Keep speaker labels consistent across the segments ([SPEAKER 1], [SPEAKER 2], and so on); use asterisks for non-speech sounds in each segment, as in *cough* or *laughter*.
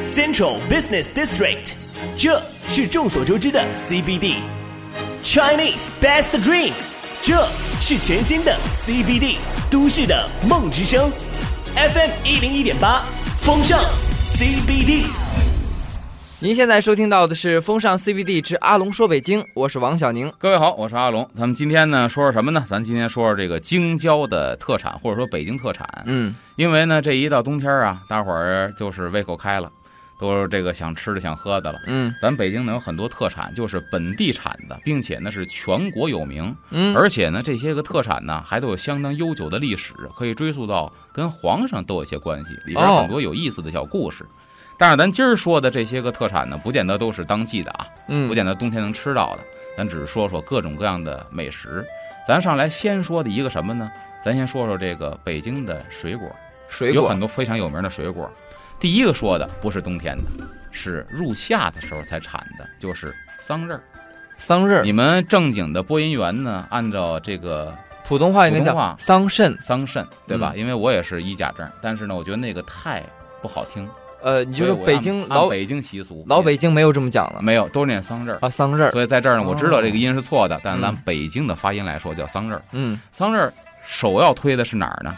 [SPEAKER 1] Central Business District，这是众所周知的 CBD。Chinese Best Dream，这是全新的 CBD 都市的梦之声。FM 一零一点八，风尚 CBD。
[SPEAKER 2] 您现在收听到的是《风尚 CBD 之阿龙说北京》，我是王小宁。
[SPEAKER 3] 各位好，我是阿龙。咱们今天呢，说说什么呢？咱今天说说这个京郊的特产，或者说北京特产。
[SPEAKER 2] 嗯，
[SPEAKER 3] 因为呢，这一到冬天啊，大伙儿就是胃口开了，都是这个想吃的、想喝的了。
[SPEAKER 2] 嗯，
[SPEAKER 3] 咱北京呢有很多特产，就是本地产的，并且呢是全国有名。
[SPEAKER 2] 嗯
[SPEAKER 3] 而且呢，这些个特产呢还都有相当悠久的历史，可以追溯到跟皇上都有些关系，里边
[SPEAKER 2] 哦
[SPEAKER 3] 有很多有意思的小故事。但是咱今儿说的这些个特产呢，不见得都是当季的啊，
[SPEAKER 2] 嗯，
[SPEAKER 3] 不见得冬天能吃到的，咱只是说说各种各样的美食。咱上来先说的一个什么呢？咱先说说这个北京的水果，
[SPEAKER 2] 水
[SPEAKER 3] 有
[SPEAKER 2] 果
[SPEAKER 3] 很多非常有名的水果。第一个说的不是冬天的，是入夏的时候才产的，就是桑葚儿。
[SPEAKER 2] 桑葚，
[SPEAKER 3] 你们正经的播音员呢，按照这个
[SPEAKER 2] 普通话应该
[SPEAKER 3] 普通
[SPEAKER 2] 叫
[SPEAKER 3] 话
[SPEAKER 2] 桑葚。
[SPEAKER 3] 桑葚，对
[SPEAKER 2] 嗯
[SPEAKER 3] 吧？因为我也是一甲证，但是呢，我觉得那个太不好听。
[SPEAKER 2] 呃，你就
[SPEAKER 3] 所
[SPEAKER 2] 是
[SPEAKER 3] 以我
[SPEAKER 2] 北
[SPEAKER 3] 按
[SPEAKER 2] 京
[SPEAKER 3] 按
[SPEAKER 2] 老
[SPEAKER 3] 北京习俗，
[SPEAKER 2] 老北京没有这么讲了
[SPEAKER 3] 没有都是念桑葚儿。
[SPEAKER 2] 啊，桑葚。
[SPEAKER 3] 所以在这儿呢，
[SPEAKER 2] 哦
[SPEAKER 3] 我知道这个音是错的，但咱
[SPEAKER 2] 嗯
[SPEAKER 3] 北京的发音来说叫桑葚儿。
[SPEAKER 2] 嗯，
[SPEAKER 3] 桑葚儿首要推的是哪儿呢？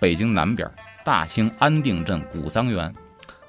[SPEAKER 3] 北京南边儿大兴安定镇古桑园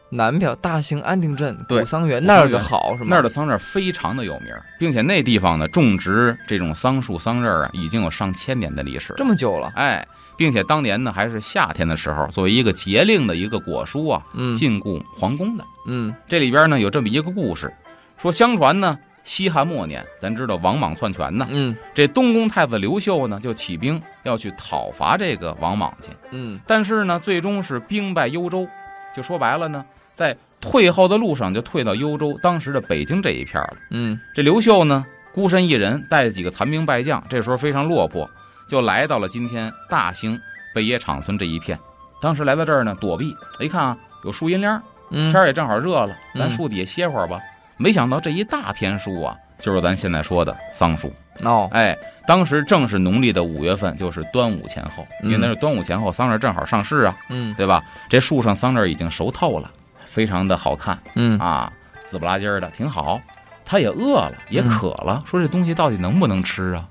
[SPEAKER 2] 南表大兴安定镇
[SPEAKER 3] 对
[SPEAKER 2] 古桑园
[SPEAKER 3] 古桑园
[SPEAKER 2] 那儿就好是吗？
[SPEAKER 3] 那儿的桑葚儿非常的有名儿，并且那地方呢种植这种桑树、桑葚儿啊，已经有上千年的历史了。
[SPEAKER 2] 这么久了，
[SPEAKER 3] 哎，并且当年呢还是夏天的时候，作为一个节令的一个果蔬啊，
[SPEAKER 2] 嗯
[SPEAKER 3] 进贡皇宫的。
[SPEAKER 2] 嗯
[SPEAKER 3] 这里边呢有这么一个故事，说相传呢西汉末年，咱知道王莽篡权呢，
[SPEAKER 2] 嗯
[SPEAKER 3] 这东宫太子刘秀呢就起兵要去讨伐这个王莽去，
[SPEAKER 2] 嗯
[SPEAKER 3] 但是呢最终是兵败幽州，就说白了呢，在退后的路上就退到幽州，当时的北京这一片了。
[SPEAKER 2] 嗯
[SPEAKER 3] 这刘秀呢，孤身一人，带着几个残兵败将，这时候非常落魄，就来到了今天大兴贝爷场村这一片。当时来到这儿呢，躲避，一看啊，有树荫帘，
[SPEAKER 2] 嗯
[SPEAKER 3] 天儿也正好热了，咱
[SPEAKER 2] 嗯
[SPEAKER 3] 树底下歇会儿吧。没想到这一大片树啊，就是咱现在说的桑树。
[SPEAKER 2] 哦，
[SPEAKER 3] 哎，当时正是农历的五月份，就是端午前后，因为那是端午前后，桑葚正好上市啊，
[SPEAKER 2] 嗯
[SPEAKER 3] 对吧？这树上桑葚已经熟透了，非常的好看。
[SPEAKER 2] 嗯
[SPEAKER 3] 啊，紫不拉几儿的，挺好。他也饿了，也渴了，说这东西到底能不能吃啊？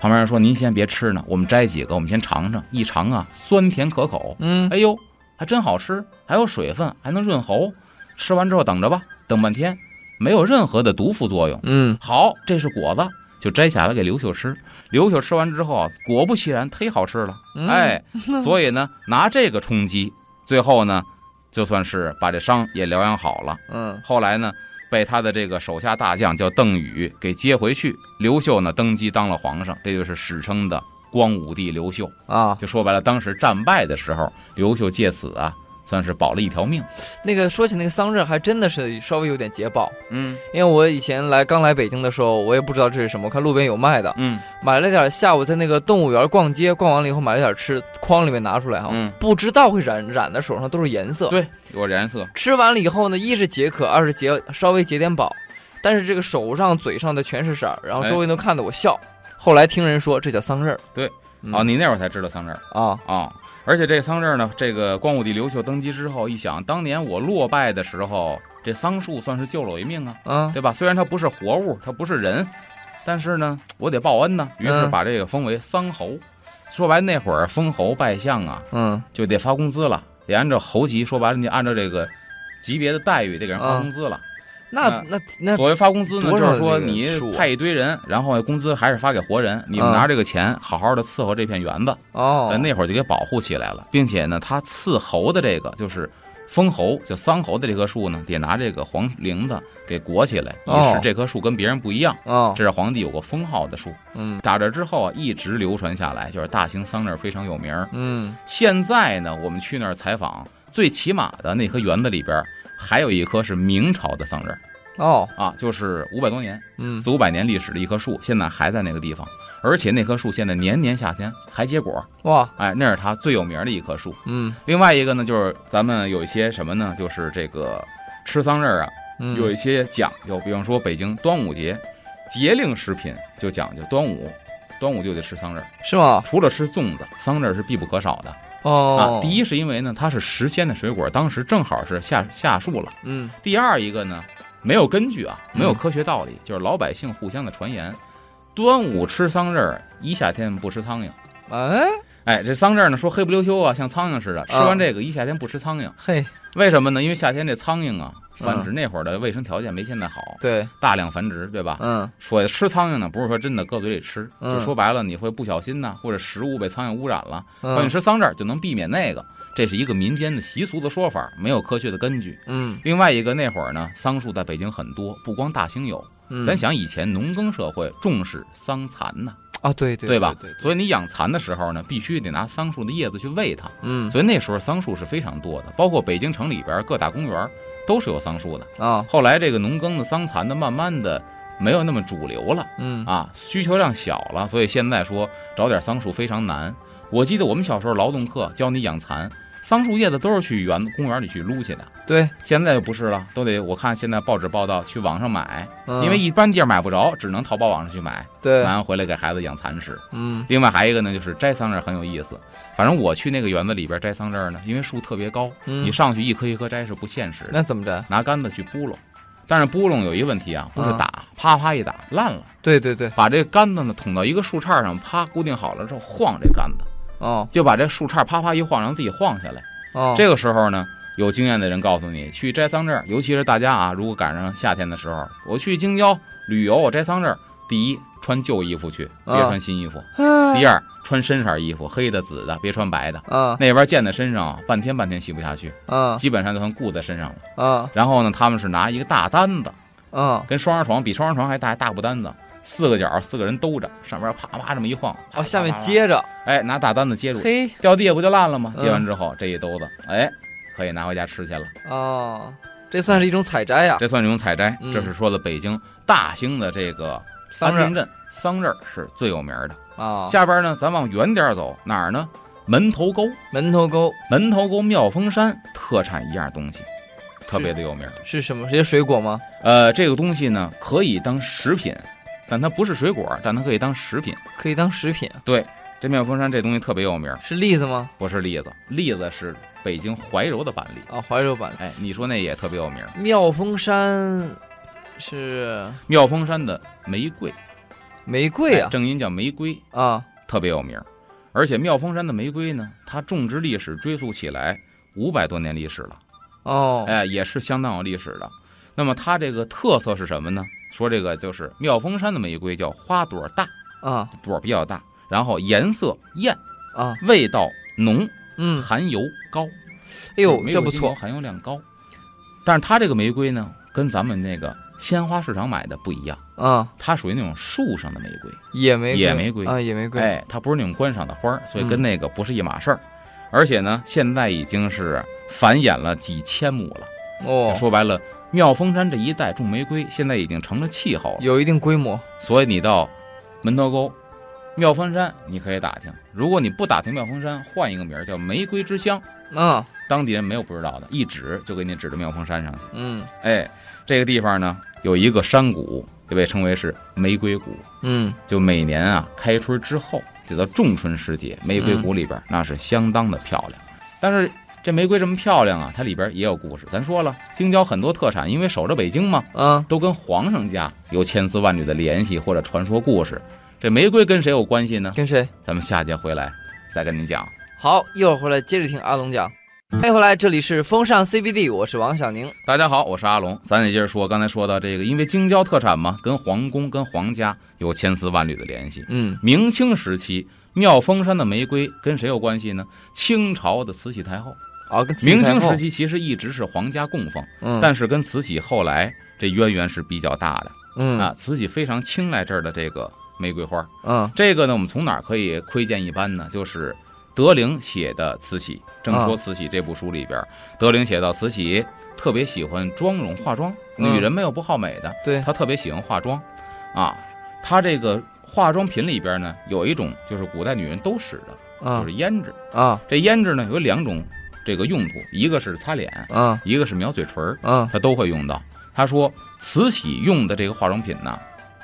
[SPEAKER 3] 旁边人说：“您先别吃呢，我们摘几个，我们先尝尝。一尝啊，酸甜可口，
[SPEAKER 2] 嗯
[SPEAKER 3] 哎呦，还真好吃，还有水分，还能润喉。吃完之后等着吧，等半天，没有任何的毒副作用。
[SPEAKER 2] 嗯
[SPEAKER 3] 好，这是果子，就摘下来给刘秀吃。刘秀吃完之后啊，果不其然，忒好吃了。
[SPEAKER 2] 嗯
[SPEAKER 3] *laughs* 哎，所以呢，拿这个充饥，最后呢，就算是把这伤也疗养好了。
[SPEAKER 2] 嗯
[SPEAKER 3] 后来呢，被他的这个手下大将叫邓禹给接回去。刘秀呢登基当了皇上，这就是史称的光武帝刘秀。
[SPEAKER 2] 啊，
[SPEAKER 3] 就说白了，当时战败的时候，刘秀借此啊算是保了一条命。
[SPEAKER 2] 那个说起那个桑葚，还真的是稍微有点捷报，
[SPEAKER 3] 嗯
[SPEAKER 2] 因为我以前来刚来北京的时候，我也不知道这是什么，我看路边有卖的，
[SPEAKER 3] 嗯
[SPEAKER 2] 买了点儿，下午在那个动物园逛街，逛完了以后买了点儿吃，筐里面拿出来哈，
[SPEAKER 3] 嗯，
[SPEAKER 2] 不知道会染染的手上都是颜色。，
[SPEAKER 3] 对，有染色。
[SPEAKER 2] 吃完了以后呢，一是解渴，二是解稍微解点饱，但是这个手上、嘴上的全是色儿，然后
[SPEAKER 3] 哎
[SPEAKER 2] 周围都看得我笑。后来听人说这叫桑葚儿。
[SPEAKER 3] 对
[SPEAKER 2] 嗯，
[SPEAKER 3] 哦，你那会儿才知道桑葚儿
[SPEAKER 2] 啊，
[SPEAKER 3] 啊。而且这桑葚儿呢，这个光武帝刘秀登基之后，一想当年我落败的时候，这桑树算是救了我一命啊。
[SPEAKER 2] 嗯
[SPEAKER 3] 对吧？虽然它不是活物，它不是人，但是呢，我得报恩呢。于是
[SPEAKER 2] 嗯
[SPEAKER 3] 把这个封为桑侯。说白了那会儿封侯拜相啊，
[SPEAKER 2] 嗯
[SPEAKER 3] 就得发工资了，得按照侯级，说白了，你按照这个级别的待遇得给人发工资了。
[SPEAKER 2] 那那那
[SPEAKER 3] 所谓发工资呢，
[SPEAKER 2] 嗯多
[SPEAKER 3] 就
[SPEAKER 2] 少
[SPEAKER 3] 是说
[SPEAKER 2] 这个
[SPEAKER 3] 你
[SPEAKER 2] 数啊
[SPEAKER 3] 派一堆人，然后工资还是发给活人，你们
[SPEAKER 2] 嗯
[SPEAKER 3] 拿这个钱好好的伺候这片园子。
[SPEAKER 2] 哦
[SPEAKER 3] 但，那会儿就给保护起来了，并且呢，他刺侯的这个就是封侯，就桑侯的这棵树呢，得拿这个黄绫子给裹起来，
[SPEAKER 2] 哦
[SPEAKER 3] 以使这棵树跟别人不一样。
[SPEAKER 2] 哦，
[SPEAKER 3] 这是皇帝有过封号的树，
[SPEAKER 2] 嗯
[SPEAKER 3] 打这之后啊，一直流传下来，就是大型桑葚非常有名儿。
[SPEAKER 2] 嗯
[SPEAKER 3] 现在呢，我们去那儿采访，最起码的那棵园子里边儿还有一棵是明朝的桑葚
[SPEAKER 2] 哦
[SPEAKER 3] 啊，就是五百多年、
[SPEAKER 2] 嗯
[SPEAKER 3] 四五百年历史的一棵树，现在还在那个地方，而且那棵树现在年年夏天还结果。
[SPEAKER 2] 哇
[SPEAKER 3] 哎，那是它最有名的一棵树。
[SPEAKER 2] 嗯
[SPEAKER 3] 另外一个呢，就是咱们有一些什么呢？就是这个吃桑葚啊，
[SPEAKER 2] 嗯
[SPEAKER 3] 有一些讲究，比方说北京端午节，节令食品就讲究端午，端午就得吃桑葚。
[SPEAKER 2] 是吗？
[SPEAKER 3] 除了吃粽子，桑葚是必不可少的。
[SPEAKER 2] 哦
[SPEAKER 3] 啊，，第，一是因为呢它是时鲜的水果，当时正好是下下树了；
[SPEAKER 2] 嗯
[SPEAKER 3] 第二一个呢没有根据啊，
[SPEAKER 2] 嗯
[SPEAKER 3] 没有科学道理，就是老百姓互相的传言。端午吃桑葚儿，一夏天不吃苍蝇。
[SPEAKER 2] 哎，
[SPEAKER 3] 哎，这桑葚儿呢说黑不溜秋啊，像苍蝇似的，吃
[SPEAKER 2] 哦
[SPEAKER 3] 完这个一夏天不吃苍蝇，
[SPEAKER 2] 嘿，
[SPEAKER 3] 为什么呢？因为夏天这苍蝇啊繁殖
[SPEAKER 2] 嗯
[SPEAKER 3] 那会儿的卫生条件没现在好，
[SPEAKER 2] 对，
[SPEAKER 3] 大量繁殖，对吧？
[SPEAKER 2] 嗯
[SPEAKER 3] 说吃苍蝇呢，不是说真的搁嘴里吃，
[SPEAKER 2] 嗯
[SPEAKER 3] 就说白了，你会不小心呐、或者食物被苍蝇污染了。关
[SPEAKER 2] 嗯
[SPEAKER 3] 键吃桑葚儿就能避免那个，这是一个民间的习俗的说法，没有科学的根据。
[SPEAKER 2] 嗯
[SPEAKER 3] 另外一个，那会儿呢，桑树在北京很多，不光大兴有，
[SPEAKER 2] 嗯，
[SPEAKER 3] 咱想以前农耕社会重视桑蚕呐、
[SPEAKER 2] 啊，对对
[SPEAKER 3] 吧？
[SPEAKER 2] 对，对
[SPEAKER 3] 所以你养蚕的时候呢，必须得拿桑树的叶子去喂它。
[SPEAKER 2] 嗯
[SPEAKER 3] 所以那时候桑树是非常多的，包括北京城里边各大公园都是有桑树的。
[SPEAKER 2] 啊，
[SPEAKER 3] 后来这个农耕的桑蚕呢，慢慢的没有那么主流了。
[SPEAKER 2] 嗯
[SPEAKER 3] 啊，需求量小了，所以现在说找点桑树非常难。我记得我们小时候劳动课教你养蚕，桑树叶子都是去园公园里去撸去的，
[SPEAKER 2] 对，
[SPEAKER 3] 现在就不是了，都得我看现在报纸报道去网上买，
[SPEAKER 2] 嗯
[SPEAKER 3] 因为一般地儿买不着，只能淘宝网上去买，
[SPEAKER 2] 对
[SPEAKER 3] 买，完回来给孩子养蚕吃。
[SPEAKER 2] 嗯
[SPEAKER 3] 另外还有一个呢，就是摘桑葚很有意思，反正我去那个园子里边摘桑葚呢，因为树特别高，
[SPEAKER 2] 嗯，
[SPEAKER 3] 你上去一颗一颗摘是不现实的，
[SPEAKER 2] 那怎么着？
[SPEAKER 3] 拿杆子去拨弄。但是拨弄有一个问题啊，不是
[SPEAKER 2] 啊
[SPEAKER 3] 打，啪啪一打烂了。
[SPEAKER 2] 对对对，
[SPEAKER 3] 把这杆子呢捅到一个树杈上，啪固定好了之后晃这杆子，
[SPEAKER 2] 哦
[SPEAKER 3] 就把这树杈啪啪一晃，让自己晃下来。
[SPEAKER 2] 哦，
[SPEAKER 3] 这个时候呢，有经验的人告诉你，去摘桑葚儿，尤其是大家啊，如果赶上夏天的时候，我去京郊旅游，我摘桑葚儿，第一穿旧衣服去，别
[SPEAKER 2] 啊
[SPEAKER 3] 穿新衣服；
[SPEAKER 2] 啊
[SPEAKER 3] 第二穿深色衣服，黑的、紫的，别穿白的。
[SPEAKER 2] 啊
[SPEAKER 3] 那边溅在身上啊，半天半天洗不下去，
[SPEAKER 2] 啊
[SPEAKER 3] 基本上就算固在身上了。
[SPEAKER 2] 啊
[SPEAKER 3] 然后呢，他们是拿一个大单子，
[SPEAKER 2] 啊，
[SPEAKER 3] 跟双人床比双人床还大大布单子，四个角儿四个人兜着，上边啪啪这么一晃，啪
[SPEAKER 2] 哦，下面，
[SPEAKER 3] 啪
[SPEAKER 2] 接着，
[SPEAKER 3] 啪啪哎，拿大单子接住，
[SPEAKER 2] 嘿，
[SPEAKER 3] 掉地下不就烂了吗？
[SPEAKER 2] 嗯
[SPEAKER 3] 接完之后这一兜子，哎，可以拿回家吃去了。
[SPEAKER 2] 哦，这算是一种采摘呀，
[SPEAKER 3] 这算是一种采摘
[SPEAKER 2] 嗯，
[SPEAKER 3] 这是说的北京大兴的这个
[SPEAKER 2] 桑
[SPEAKER 3] 三
[SPEAKER 2] 葚
[SPEAKER 3] 林镇桑葚儿是最有名的。
[SPEAKER 2] 啊，
[SPEAKER 3] 下边呢，咱往远点儿走，哪儿呢？门头沟，
[SPEAKER 2] 门头沟
[SPEAKER 3] 门头沟妙峰山特产一样东西，特别的有名。
[SPEAKER 2] 是什么？是些水果吗？
[SPEAKER 3] 呃，这个东西呢可以当食品，但它不是水果，但它可以当食品。
[SPEAKER 2] 可以当食品，啊
[SPEAKER 3] 这妙峰山这东西特别有名，
[SPEAKER 2] 是栗子吗？
[SPEAKER 3] 不是栗子，栗子是北京怀柔的板栗。
[SPEAKER 2] 啊，怀柔版。
[SPEAKER 3] 哎，你说那也特别有名，
[SPEAKER 2] 妙峰山是
[SPEAKER 3] 妙峰山的玫瑰，
[SPEAKER 2] 玫瑰
[SPEAKER 3] 哎
[SPEAKER 2] 啊
[SPEAKER 3] 正音叫玫瑰，
[SPEAKER 2] 啊，
[SPEAKER 3] 特别有名。而且妙峰山的玫瑰呢，它种植历史追溯起来五百多年历史了，
[SPEAKER 2] 哦，
[SPEAKER 3] 哎，也是相当有历史的。那么它这个特色是什么呢？说这个就是妙峰山的玫瑰叫花朵大，
[SPEAKER 2] 啊
[SPEAKER 3] 朵比较大，然后颜色艳，
[SPEAKER 2] 啊，
[SPEAKER 3] 味道浓，
[SPEAKER 2] 嗯，
[SPEAKER 3] 含油高。
[SPEAKER 2] 哎呦，
[SPEAKER 3] 玫
[SPEAKER 2] 这
[SPEAKER 3] 瑰
[SPEAKER 2] 不
[SPEAKER 3] 精
[SPEAKER 2] 错
[SPEAKER 3] 油含油量高。但是它这个玫瑰呢，跟咱们那个鲜花市场买的不一样，
[SPEAKER 2] 啊，
[SPEAKER 3] 它属于那种树上的玫瑰，
[SPEAKER 2] 野玫瑰，
[SPEAKER 3] 野玫瑰
[SPEAKER 2] 啊，野玫瑰，
[SPEAKER 3] 哎，它不是那种观赏的花儿，所以
[SPEAKER 2] 嗯
[SPEAKER 3] 跟那个不是一码事儿。而且呢，现在已经是繁衍了几千亩了。
[SPEAKER 2] 哦，
[SPEAKER 3] 说白了，妙峰山这一带种玫瑰，现在已经成了气候了。
[SPEAKER 2] 有一定规模，
[SPEAKER 3] 所以你到门头沟、妙峰山，你可以打听。如果你不打听妙峰山，换一个名儿叫玫瑰之乡，
[SPEAKER 2] 嗯
[SPEAKER 3] 当地人没有不知道的，一指就给你指到妙峰山上去。
[SPEAKER 2] 嗯
[SPEAKER 3] 哎，这个地方呢有一个山谷，就被称为是玫瑰谷。
[SPEAKER 2] 嗯，
[SPEAKER 3] 就每年啊开春之后，就到仲春时节，玫瑰谷里边那是相当的漂亮。但是这玫瑰这么漂亮啊，它里边也有故事。咱说了，京郊很多特产，因为守着北京嘛，
[SPEAKER 2] 啊
[SPEAKER 3] 都跟皇上家有千丝万缕的联系或者传说故事。这玫瑰跟谁有关系呢？
[SPEAKER 2] 跟谁？
[SPEAKER 3] 咱们下节回来再跟您讲。
[SPEAKER 2] 好，一会儿回来接着听阿龙讲。欢迎回来，这里是风尚 CBD，我是王小宁。
[SPEAKER 3] 大家好，我是阿龙。咱得接着说，刚才说到这个，因为京郊特产嘛，跟皇宫、跟皇家有千丝万缕的联系。
[SPEAKER 2] 嗯，
[SPEAKER 3] 明清时期，妙峰山的玫瑰跟谁有关系呢？清朝的慈禧太后。
[SPEAKER 2] 哦，跟
[SPEAKER 3] 明清时
[SPEAKER 2] 期，
[SPEAKER 3] 期其实一直是皇家供奉，
[SPEAKER 2] 嗯，
[SPEAKER 3] 但是跟慈禧后来这渊源是比较大的
[SPEAKER 2] 嗯
[SPEAKER 3] 啊。慈禧非常青睐这儿的这个玫瑰花。
[SPEAKER 2] 嗯
[SPEAKER 3] 这个呢，我们从哪儿可以窥见一斑呢？就是德龄写的《慈禧正说慈禧》这部书里边，德龄写到慈禧特别喜欢妆容化妆，
[SPEAKER 2] 嗯
[SPEAKER 3] 女人没有不好美的，
[SPEAKER 2] 对
[SPEAKER 3] 她特别喜欢化妆，啊，她这个化妆品里边呢有一种就是古代女人都使的，
[SPEAKER 2] 啊
[SPEAKER 3] 就是胭脂。
[SPEAKER 2] 啊
[SPEAKER 3] 这胭脂呢有两种这个用途，一个是擦脸，
[SPEAKER 2] 啊
[SPEAKER 3] 一个是描嘴唇儿，
[SPEAKER 2] 啊
[SPEAKER 3] 她都会用到。她说慈禧用的这个化妆品呢，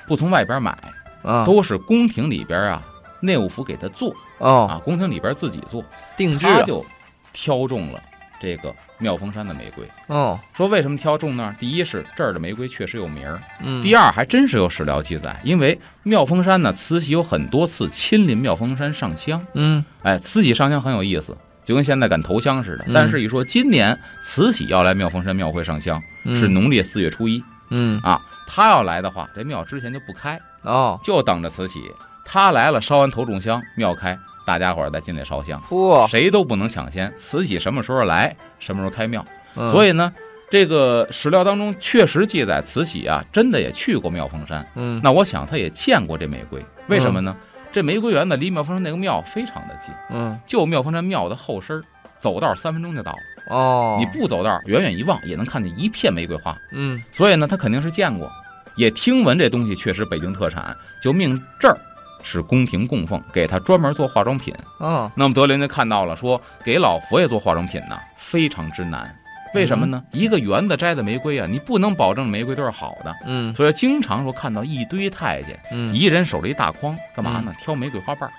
[SPEAKER 3] 不从外边买，
[SPEAKER 2] 啊，
[SPEAKER 3] 都是宫廷里边啊内务府给他做
[SPEAKER 2] 哦，
[SPEAKER 3] 啊，宫廷里边自己做，
[SPEAKER 2] 定制
[SPEAKER 3] 他
[SPEAKER 2] 啊，
[SPEAKER 3] 就挑中了这个妙峰山的玫瑰。
[SPEAKER 2] 哦，
[SPEAKER 3] 说为什么挑中呢？第一是这儿的玫瑰确实有名儿，
[SPEAKER 2] 嗯，
[SPEAKER 3] 第二还真是有史料记载，因为妙峰山呢，慈禧有很多次亲临妙峰山上香。
[SPEAKER 2] 嗯，
[SPEAKER 3] 哎，慈禧上香很有意思，就跟现在赶头香似的
[SPEAKER 2] 嗯。
[SPEAKER 3] 但是一说今年慈禧要来妙峰山庙会上香，
[SPEAKER 2] 嗯
[SPEAKER 3] 是，农历四月初一
[SPEAKER 2] 嗯，
[SPEAKER 3] 啊。她要来的话，这庙之前就不开，
[SPEAKER 2] 哦，
[SPEAKER 3] 就等着慈禧。她来了，烧完头炷香，庙开，大家伙儿再进来烧香，
[SPEAKER 2] 嚯，
[SPEAKER 3] 谁都不能抢先。慈禧什么时候来，什么时候开庙。所
[SPEAKER 2] 以，
[SPEAKER 3] 以呢，这个史料当中确实记载，慈禧啊，真的也去过妙峰山。
[SPEAKER 2] 嗯，
[SPEAKER 3] 那我想她也见过这玫瑰，为什么呢？这玫瑰园呢，离妙峰山那个庙非常的近，
[SPEAKER 2] 嗯，
[SPEAKER 3] 就妙峰山庙的后身儿，走道儿三分钟就到了。
[SPEAKER 2] 哦，
[SPEAKER 3] 你，不走道儿，远远一望也能看见一片玫瑰花。
[SPEAKER 2] 嗯，
[SPEAKER 3] 所以呢，她肯定是见过，也听闻这东西确实北京特产，就命这儿是宫廷供奉，给她专门做化妆品。
[SPEAKER 2] 哦，
[SPEAKER 3] 那么德林就看到了，说给老佛爷做化妆品呢，非常之难。为什么呢？一个园子摘的玫瑰啊，你不能保证玫瑰都是好的，
[SPEAKER 2] 嗯，
[SPEAKER 3] 所以经常说看到一堆太监，
[SPEAKER 2] 嗯，
[SPEAKER 3] 一人手里一大筐，干嘛呢？挑玫瑰花瓣儿，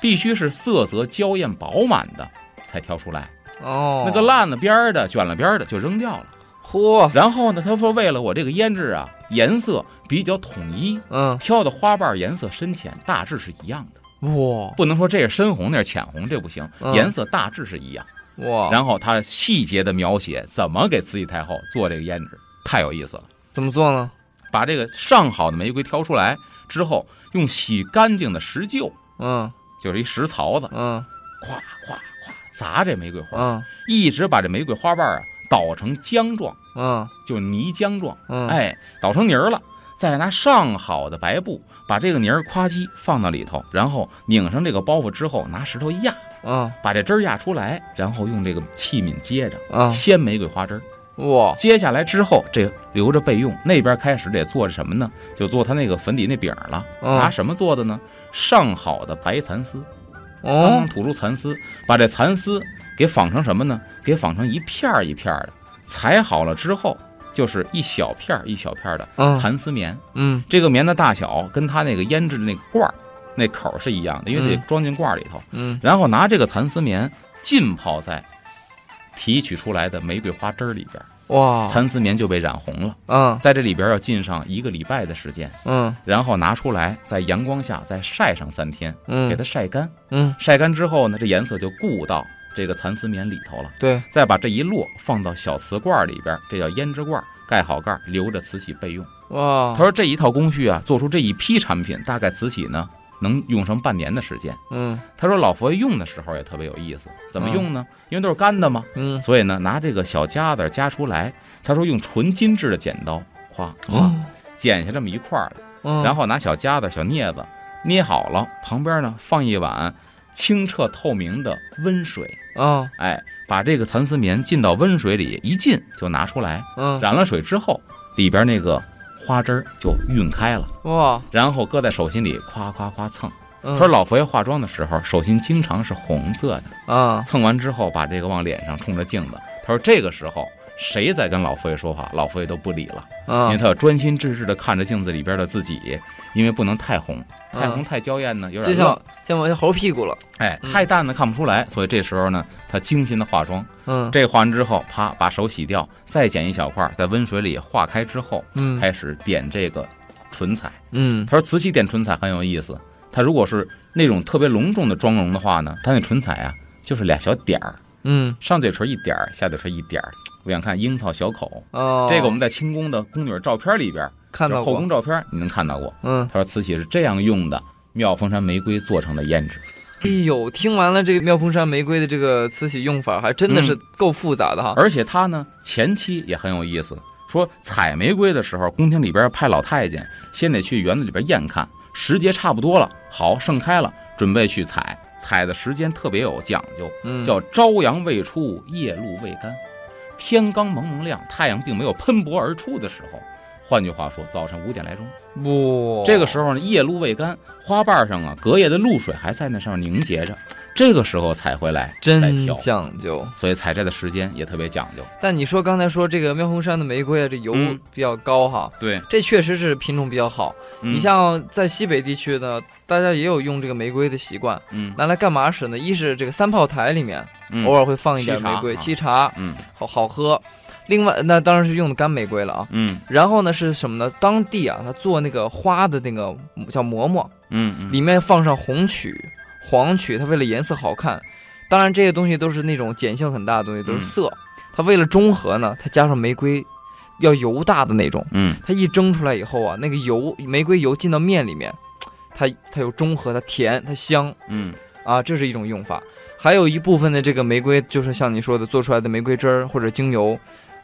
[SPEAKER 3] 必须是色泽娇艳饱满的才挑出来，
[SPEAKER 2] 哦，
[SPEAKER 3] 那个，烂了边儿的、卷了边儿的就扔掉了。
[SPEAKER 2] 嚯，
[SPEAKER 3] 然后呢，他说为了我这个胭脂啊，颜色比较统一，
[SPEAKER 2] 嗯，
[SPEAKER 3] 挑的花瓣儿颜色深浅大致是一样的。
[SPEAKER 2] 哇，
[SPEAKER 3] 不能说这是深红，那是浅红，这不行
[SPEAKER 2] 嗯，
[SPEAKER 3] 颜色大致是一样。
[SPEAKER 2] 哇，
[SPEAKER 3] 然后他细节的描写怎么给慈禧太后做这个胭脂，太有意思了。
[SPEAKER 2] 怎么做呢？
[SPEAKER 3] 把这个上好的玫瑰挑出来之后，用洗干净的石臼，
[SPEAKER 2] 嗯，
[SPEAKER 3] 就是一石槽子，
[SPEAKER 2] 嗯，
[SPEAKER 3] 咵咵咵砸这玫瑰花，
[SPEAKER 2] 嗯，
[SPEAKER 3] 一直把这玫瑰花瓣啊捣成浆状，
[SPEAKER 2] 嗯，
[SPEAKER 3] 就泥浆状，
[SPEAKER 2] 嗯，，
[SPEAKER 3] 哎，捣成泥儿了。再拿上好的白布把这个泥儿夸叽放到里头，然后拧上这个包袱之后，拿石头一压，
[SPEAKER 2] 嗯，
[SPEAKER 3] 把这汁儿压出来，然后用这个器皿接着，
[SPEAKER 2] 嗯，
[SPEAKER 3] 鲜玫瑰花汁儿。
[SPEAKER 2] 哇，
[SPEAKER 3] 接下来之后，这留着备用。那边开始得做什么呢？就做他那个粉底那饼儿了。
[SPEAKER 2] 嗯
[SPEAKER 3] 拿什么做的呢？上好的白蚕丝，刚
[SPEAKER 2] 哦
[SPEAKER 3] 刚，吐出蚕丝，把这蚕丝给纺成什么呢？给纺成一片儿一片儿的。裁好了之后，就是一小片儿一小片儿的
[SPEAKER 2] 嗯，
[SPEAKER 3] 蚕丝棉。
[SPEAKER 2] 嗯，
[SPEAKER 3] 这个棉的大小跟它那个腌制的那个罐儿、那口儿是一样的，因为得
[SPEAKER 2] 嗯
[SPEAKER 3] 装进罐儿里头。
[SPEAKER 2] 嗯，
[SPEAKER 3] 然后拿这个蚕丝棉浸泡在提取出来的玫瑰花汁儿里边儿，
[SPEAKER 2] 哇，
[SPEAKER 3] 蚕丝棉就被染红了。
[SPEAKER 2] 嗯，
[SPEAKER 3] 在这里边儿要浸上一个礼拜的时间，
[SPEAKER 2] 嗯，
[SPEAKER 3] 然后拿出来，在阳光下再晒上三天，
[SPEAKER 2] 嗯，
[SPEAKER 3] 给它，晒干。
[SPEAKER 2] 嗯，
[SPEAKER 3] 晒干之后呢，这颜色就固到这个蚕丝棉里头了。
[SPEAKER 2] 对，
[SPEAKER 3] 再把这一摞放到小瓷罐儿里边儿，这叫胭脂罐儿，盖好盖儿，留着慈禧备用。
[SPEAKER 2] 哇，
[SPEAKER 3] 他说这一套工序啊，做出这一批产品，大概慈禧呢能用上半年的时间。
[SPEAKER 2] 嗯，
[SPEAKER 3] 他说老佛爷用的时候也特别有意思，怎么用呢？因为都是干的嘛，
[SPEAKER 2] 嗯，
[SPEAKER 3] 所以呢拿这个小夹子夹出来。他说用纯金制的剪刀，咵咵
[SPEAKER 2] 哦，
[SPEAKER 3] 剪下这么一块儿来，
[SPEAKER 2] 嗯，
[SPEAKER 3] 嗯然后拿小夹子、小镊子捏好了，旁边呢放一碗清澈透明的温水，
[SPEAKER 2] 嗯，
[SPEAKER 3] 哎，把这个蚕丝棉浸到温水里，一浸就拿出来，
[SPEAKER 2] 嗯，
[SPEAKER 3] 染了水之后，里边那个花汁儿就晕开了。
[SPEAKER 2] 哇，嗯
[SPEAKER 3] 然后搁在手心里，夸夸夸蹭。
[SPEAKER 2] 他
[SPEAKER 3] 他说老佛爷化妆的时候，手心经常是红色的，
[SPEAKER 2] 啊，
[SPEAKER 3] 蹭完之后把这个往脸上冲着镜子。他说这个时候谁在跟老佛爷说话，老佛爷都不理了，因为
[SPEAKER 2] 嗯，
[SPEAKER 3] 他要专心致志地看着镜子里边的自己，因为不能太红，
[SPEAKER 2] 嗯
[SPEAKER 3] 太红太娇艳呢，有
[SPEAKER 2] 就
[SPEAKER 3] 点
[SPEAKER 2] 像
[SPEAKER 3] 愣，
[SPEAKER 2] 像我像猴屁股了，
[SPEAKER 3] 哎，
[SPEAKER 2] 嗯
[SPEAKER 3] 太淡呢看不出来。所以这时候呢，他精心的化妆。
[SPEAKER 2] 嗯，
[SPEAKER 3] 这化完之后，啪，把手洗掉，再剪一小块，在温水里化开之后，
[SPEAKER 2] 嗯，
[SPEAKER 3] 开始点这个唇彩。
[SPEAKER 2] 嗯，
[SPEAKER 3] 他说慈禧点唇彩很有意思，她如果是那种特别隆重的妆容的话呢，她那唇彩啊就是俩小点儿，
[SPEAKER 2] 嗯，
[SPEAKER 3] 上嘴唇一点儿，下嘴唇一点儿。我想看樱桃小口，
[SPEAKER 2] 哦，
[SPEAKER 3] 这个我们在清宫的宫女照片里边，
[SPEAKER 2] 看
[SPEAKER 3] 就
[SPEAKER 2] 到
[SPEAKER 3] 是后
[SPEAKER 2] 过
[SPEAKER 3] 宫，照片你能看到过。
[SPEAKER 2] 嗯，
[SPEAKER 3] 他说慈禧是这样用的妙峰山玫瑰做成的胭脂，
[SPEAKER 2] 哎呦，听完了这个妙峰山玫瑰的这个慈禧用法，还真
[SPEAKER 3] 嗯
[SPEAKER 2] 的是够复杂的哈，
[SPEAKER 3] 而且她呢前期也很有意思，说采玫瑰的时候，宫廷里边派老太监先得去园子里边验看，时节差不多了，好盛开了，准备去采，采的时间特别有讲究。
[SPEAKER 2] 嗯，
[SPEAKER 3] 叫朝阳未出，夜露未干，天刚蒙蒙亮，太阳并没有喷薄而出的时候。换句话说，早晨五点来钟，
[SPEAKER 2] 不，
[SPEAKER 3] 这个时候呢，夜露未干，花瓣上啊，隔夜的露水还在那上面凝结着，这个时候采回来再
[SPEAKER 2] 真
[SPEAKER 3] 挑，
[SPEAKER 2] 讲究。
[SPEAKER 3] 所以采摘的时间也特别讲究。
[SPEAKER 2] 但你说刚才说这个妙峰山的玫瑰啊，这油
[SPEAKER 3] 嗯
[SPEAKER 2] 比较高哈，
[SPEAKER 3] 对，
[SPEAKER 2] 这确实是品种比较好。
[SPEAKER 3] 嗯
[SPEAKER 2] 你像在西北地区呢，大家也有用这个玫瑰的习惯，
[SPEAKER 3] 嗯
[SPEAKER 2] 拿来干嘛使呢？一是这个三炮台里面
[SPEAKER 3] 嗯
[SPEAKER 2] 偶尔会放一点
[SPEAKER 3] 沏茶
[SPEAKER 2] 玫瑰
[SPEAKER 3] 啊
[SPEAKER 2] 沏茶，
[SPEAKER 3] 嗯
[SPEAKER 2] 好好喝。另外，那当然是用的干玫瑰了啊。
[SPEAKER 3] 嗯
[SPEAKER 2] 然后呢是什么呢？当地啊，他做那个花的那个叫馍馍，
[SPEAKER 3] 嗯嗯
[SPEAKER 2] 里面放上红曲、黄曲，它为了颜色好看。当然这些东西都是那种碱性很大的东西，都是
[SPEAKER 3] 嗯
[SPEAKER 2] 色。它为了中和呢，它加上玫瑰，要油大的那种。
[SPEAKER 3] 嗯
[SPEAKER 2] 它一蒸出来以后啊，那个油玫瑰油进到面里面，它它有中和，它甜，它香
[SPEAKER 3] 嗯
[SPEAKER 2] 啊，这是一种用法。还有一部分的这个玫瑰，就是像你说的做出来的玫瑰汁儿或者精油，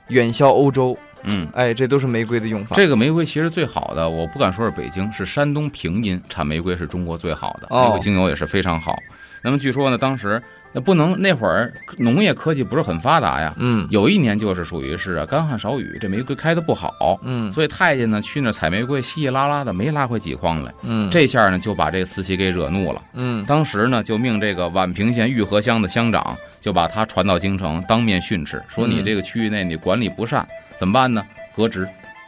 [SPEAKER 2] 远销欧洲，
[SPEAKER 3] 嗯。
[SPEAKER 2] 哎，这都是玫瑰的用法。
[SPEAKER 3] 这个玫瑰其实最好的，我不敢说是北京，是山东平阴产玫瑰是中国最好的，
[SPEAKER 2] 哦
[SPEAKER 3] 玫瑰精油也是非常好。那么据说呢，当时那不能那会儿农业科技不是很发达呀，
[SPEAKER 2] 嗯
[SPEAKER 3] 有一年就是属于是啊干旱少雨，这玫瑰开的不好，
[SPEAKER 2] 嗯
[SPEAKER 3] 所以太监呢去那儿采玫瑰，稀稀拉拉的没拉回几筐来。
[SPEAKER 2] 嗯，
[SPEAKER 3] 这下呢就把这个慈禧给惹怒了，
[SPEAKER 2] 嗯
[SPEAKER 3] 当时呢就命这个宛平县玉河乡的乡长就把他传到京城，当面训斥，说你
[SPEAKER 2] 嗯
[SPEAKER 3] 这个区域内你管理不善，怎么办呢？革职。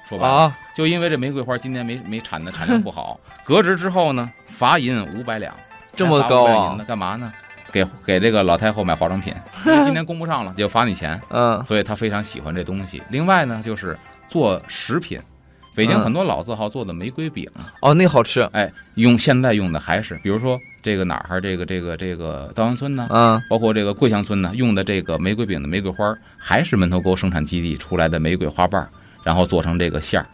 [SPEAKER 3] 说白了，
[SPEAKER 2] 啊，
[SPEAKER 3] 就因为这玫瑰花今年没没产的产量不好，革职之后呢，罚银五百两，
[SPEAKER 2] 这么高
[SPEAKER 3] 还罚500银
[SPEAKER 2] 啊
[SPEAKER 3] 呢，，干嘛呢？给给这个老太后买化
[SPEAKER 2] *laughs*
[SPEAKER 3] 妆品，因为今年供不上了，就罚你钱。
[SPEAKER 2] 嗯
[SPEAKER 3] 所以他非常喜欢这东西。另外呢，就是做食品，北京
[SPEAKER 2] 嗯
[SPEAKER 3] 很多老字号做的玫瑰饼，
[SPEAKER 2] 哦，那个好吃，
[SPEAKER 3] 哎，用现在用的还是，比如说这个哪儿哈，这个这个这个稻香村呢，
[SPEAKER 2] 嗯
[SPEAKER 3] 包括这个桂香村呢，用的这个玫瑰饼的玫瑰花儿，还是门头沟生产基地出来的玫瑰花瓣儿，然后做成这个馅儿，哎，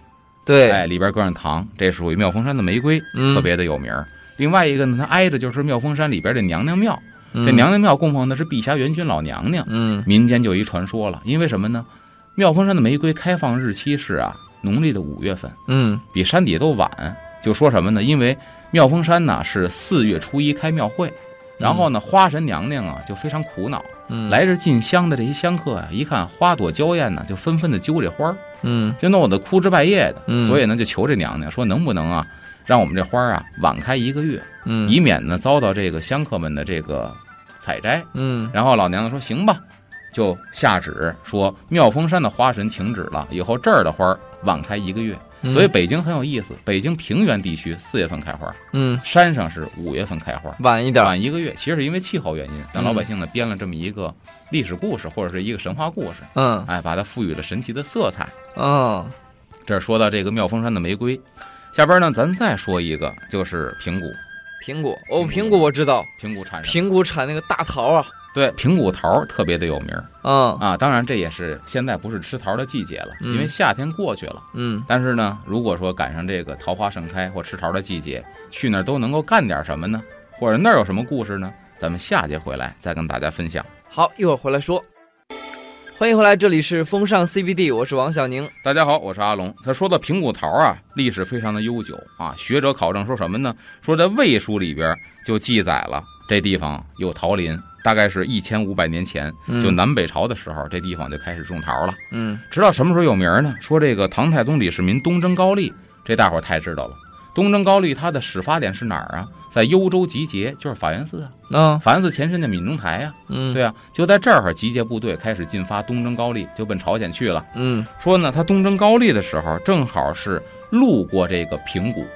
[SPEAKER 2] 对，
[SPEAKER 3] 里边搁上糖，这属于妙峰山的玫瑰，
[SPEAKER 2] 嗯
[SPEAKER 3] 特别的有名儿。另外一个呢，它挨着就是妙峰山里边的娘娘庙，这
[SPEAKER 2] 嗯
[SPEAKER 3] 娘娘庙供奉的是碧霞元君老娘娘。
[SPEAKER 2] 嗯
[SPEAKER 3] 民间就有一传说了，因为什么呢？妙峰山的玫瑰开放日期是啊，农历的五月份，
[SPEAKER 2] 嗯
[SPEAKER 3] 比山底都晚。就说什么呢？因为妙峰山呢是四月初一开庙会，然后呢花神娘娘啊就非常苦恼，
[SPEAKER 2] 嗯，
[SPEAKER 3] 来这进香的这些香客啊，一看花朵娇艳呢，就纷纷的揪这花儿，
[SPEAKER 2] 嗯
[SPEAKER 3] 就弄得枯枝败叶的。
[SPEAKER 2] 嗯
[SPEAKER 3] 所以呢，就求这娘娘说能不能啊，让我们这花儿啊晚开一个月，
[SPEAKER 2] 嗯
[SPEAKER 3] 以免呢遭到这个香客们的这个采摘。
[SPEAKER 2] 嗯
[SPEAKER 3] 然后老娘娘说：“行吧。”就下旨说，妙峰山的花神停止了，以后这儿的花儿晚开一个月。
[SPEAKER 2] 嗯，
[SPEAKER 3] 所以北京很有意思，北京平原地区四月份开花，
[SPEAKER 2] 嗯
[SPEAKER 3] 山上是五月份开花，
[SPEAKER 2] 晚一点儿，
[SPEAKER 3] 晚一个月。其实是因为气候原因，但
[SPEAKER 2] 啊嗯
[SPEAKER 3] 老百姓呢编了这么一个历史故事或者是一个神话故事，
[SPEAKER 2] 嗯
[SPEAKER 3] 哎，把它赋予了神奇的色彩。
[SPEAKER 2] 嗯
[SPEAKER 3] 这儿说到这个妙峰山的玫瑰，下边呢咱再说一个，就是平谷，
[SPEAKER 2] 苹果哦，苹果我知道，
[SPEAKER 3] 平谷产什么
[SPEAKER 2] 苹果产那个大桃啊，
[SPEAKER 3] 对平谷桃儿特别的有名儿。
[SPEAKER 2] 嗯
[SPEAKER 3] 啊，当然这也是现在不是吃桃的季节了，
[SPEAKER 2] 嗯
[SPEAKER 3] 因为夏天过去了。
[SPEAKER 2] 嗯
[SPEAKER 3] 但是呢，如果说赶上这个桃花盛开或吃桃的季节，去那儿都能够干点什么呢？或者那儿有什么故事呢？咱们下节回来再跟大家分享。
[SPEAKER 2] 好，一会儿回来说。欢迎回来，这里是风尚 CBD，我是王小宁。
[SPEAKER 3] 大家好，我是阿龙。他说到平谷桃啊，历史非常的悠久啊。学者考证说什么呢？说在《魏书》里边就记载了这地方有桃林，大概是一千五百年前，就
[SPEAKER 2] 嗯
[SPEAKER 3] 南北朝的时候，这地方就开始种桃了。
[SPEAKER 2] 嗯
[SPEAKER 3] 直到什么时候有名儿呢？说这个唐太宗李世民东征高丽，这大伙儿太知道了。东征高丽它的始发点是哪儿啊？在幽州集结，就是法源寺啊，
[SPEAKER 2] 嗯
[SPEAKER 3] 法源寺前身的闽中台呀、
[SPEAKER 2] 嗯，
[SPEAKER 3] 对啊，就在这儿集结部队，开始进发东征高丽，就奔朝鲜去了。
[SPEAKER 2] 嗯
[SPEAKER 3] 说呢，他东征高丽的时候，正好是路过这个平谷，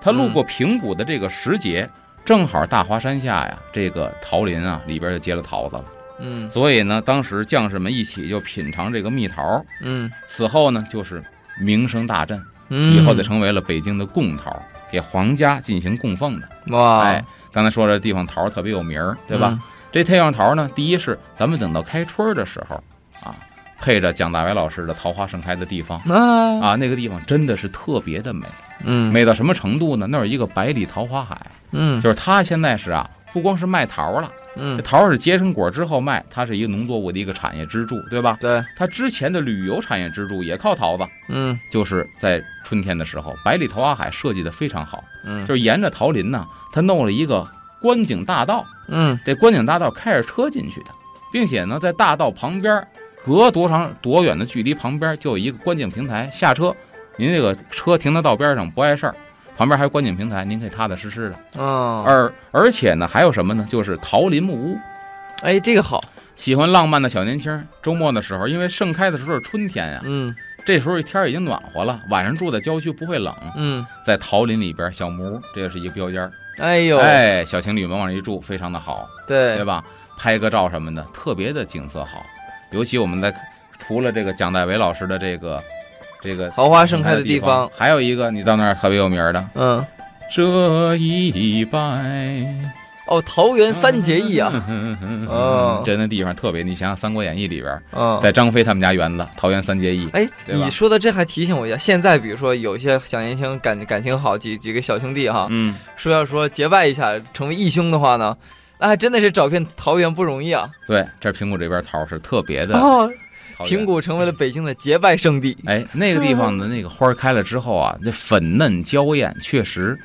[SPEAKER 3] 他路过平谷的这个时节，正好大华山下呀，这个桃林啊里边就结了桃子了。
[SPEAKER 2] 嗯
[SPEAKER 3] 所以呢，当时将士们一起就品尝这个蜜桃，
[SPEAKER 2] 嗯
[SPEAKER 3] 此后呢，就是名声大振，
[SPEAKER 2] 嗯，
[SPEAKER 3] 以后就成为了北京的贡桃，给皇家进行供奉的。
[SPEAKER 2] 哇，
[SPEAKER 3] 哎，刚才说这地方桃儿特别有名儿，对
[SPEAKER 2] 嗯
[SPEAKER 3] 吧？这太阳桃呢，第一是咱们等到开春儿的时候啊，配着蒋大为老师的《桃花盛开的地方》
[SPEAKER 2] 嗯？啊
[SPEAKER 3] 啊，那个地方真的是特别的美，
[SPEAKER 2] 嗯
[SPEAKER 3] 美到什么程度呢？那儿有一个百里桃花海，
[SPEAKER 2] 嗯
[SPEAKER 3] 就是它现在是啊。不光是卖桃儿了，这
[SPEAKER 2] 嗯，
[SPEAKER 3] 桃儿是结成果儿之后卖，它是一个农作物的一个产业支柱，对吧？
[SPEAKER 2] 对，
[SPEAKER 3] 它之前的旅游产业支柱也靠桃子，
[SPEAKER 2] 嗯
[SPEAKER 3] 就是在春天的时候，百里桃花海设计的非常好，
[SPEAKER 2] 嗯
[SPEAKER 3] 就是沿着桃林呢，它弄了一个观景大道，
[SPEAKER 2] 嗯
[SPEAKER 3] 这观景大道开着车进去的，并且呢，在大道旁边隔多长多远的距离，旁边就有一个观景平台，下车，您这个车停到道边上不碍事儿。旁边还有观景平台，您可以踏踏实实的。
[SPEAKER 2] 嗯，
[SPEAKER 3] 而而且呢，还有什么呢？就是桃林木屋，
[SPEAKER 2] 哎，这个好，
[SPEAKER 3] 喜欢浪漫的小年轻，周末的时候，因为盛开的时候是春天呀、
[SPEAKER 2] 嗯
[SPEAKER 3] 这时候天儿已经暖和了，晚上住在郊区不会冷，
[SPEAKER 2] 嗯，
[SPEAKER 3] 在桃林里边小木屋，这是一个标间儿。
[SPEAKER 2] 哎呦，
[SPEAKER 3] 哎，小情侣们往这一住，非常的好，对
[SPEAKER 2] 对，
[SPEAKER 3] 吧？拍个照什么的，特别的景色好。尤其我们在除了这个蒋大为老师的这个这个
[SPEAKER 2] 桃花盛开的
[SPEAKER 3] 地
[SPEAKER 2] 地方，，
[SPEAKER 3] 还有一个你到那儿特别有名儿的
[SPEAKER 2] 嗯，
[SPEAKER 3] 这一拜。
[SPEAKER 2] 哦，桃园三结义啊，哦
[SPEAKER 3] 嗯真的地方特别，你想想《三国演义》里边，
[SPEAKER 2] 嗯，
[SPEAKER 3] 在张飞他们家园子，桃园三结义，
[SPEAKER 2] 哎，
[SPEAKER 3] 对吧
[SPEAKER 2] 你说的这还提醒我一下，现在比如说有一些小年轻感感情好，几几个小兄弟哈，
[SPEAKER 3] 嗯，
[SPEAKER 2] 说要说结拜一下，成为义兄的话呢，那还真的是找遍桃园不容易啊。
[SPEAKER 3] 对，这平谷这边桃是特别的，
[SPEAKER 2] 哦，
[SPEAKER 3] 桃园
[SPEAKER 2] 平。谷成为了北京的结拜圣地。
[SPEAKER 3] 哎，那个地方
[SPEAKER 2] 嗯
[SPEAKER 3] 的那个花开了之后啊，那粉嫩娇艳，确实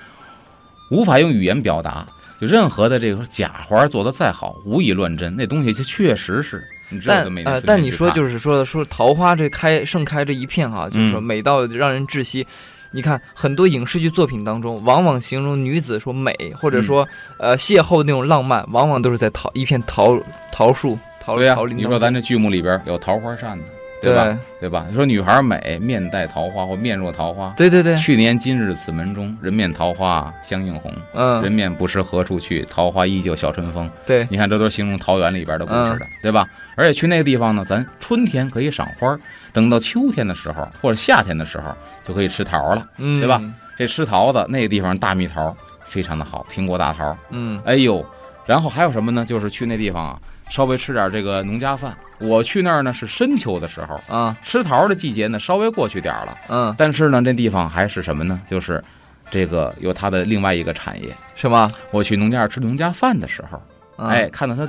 [SPEAKER 3] 无法用语言表达。就任何的这个假花做的再好，无以论真，那东西就确实是，你知道
[SPEAKER 2] 但
[SPEAKER 3] 的每年
[SPEAKER 2] 呃，
[SPEAKER 3] 春
[SPEAKER 2] 但
[SPEAKER 3] 天
[SPEAKER 2] 你
[SPEAKER 3] 去
[SPEAKER 2] 说
[SPEAKER 3] 看
[SPEAKER 2] 就是说说桃花这开盛开这一片哈，就是说
[SPEAKER 3] 嗯
[SPEAKER 2] 美到让人窒息。你看很多影视剧作品当中，往往形容女子说美，或
[SPEAKER 3] 嗯
[SPEAKER 2] 者说、呃邂逅那种浪漫，往往都是在桃一片桃桃树、桃
[SPEAKER 3] 对呀、
[SPEAKER 2] 桃林
[SPEAKER 3] 你
[SPEAKER 2] 当
[SPEAKER 3] 说
[SPEAKER 2] 中。
[SPEAKER 3] 咱这剧目里边有桃花扇子，
[SPEAKER 2] 对
[SPEAKER 3] 吧？对吧？你说女孩美，面带桃花或面若桃花，
[SPEAKER 2] 对对对，
[SPEAKER 3] 去年今日此门中，人面桃花相映红。人
[SPEAKER 2] 嗯，
[SPEAKER 3] 面不识何处去，桃花依旧笑春风。
[SPEAKER 2] 对，
[SPEAKER 3] 你看，这都是形容桃园里边的故事的，对吧？而且去那个地方呢，咱春天可以赏花，等到秋天的时候或者夏天的时候就可以吃桃了。
[SPEAKER 2] 嗯，
[SPEAKER 3] 对吧？这吃桃子，那个地方大蜜桃非常的好，苹果大桃。
[SPEAKER 2] 嗯，
[SPEAKER 3] 哎呦，然后还有什么呢？就是去那地方啊，稍微吃点这个农家饭。我去那儿呢是深秋的时候，
[SPEAKER 2] 啊，
[SPEAKER 3] 吃桃的季节呢稍微过去点儿了。
[SPEAKER 2] 嗯，
[SPEAKER 3] 但是呢，这地方还是什么呢？就是这个有它的另外一个产业。
[SPEAKER 2] 什么？
[SPEAKER 3] 我去农家院吃农家饭的时候，
[SPEAKER 2] 嗯
[SPEAKER 3] 哎，，看到它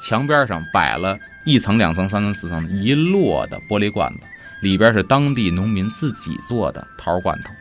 [SPEAKER 3] 墙边上摆了一层、两层、三层、四层一摞的玻璃罐子，里边是当地农民自己做的桃罐头，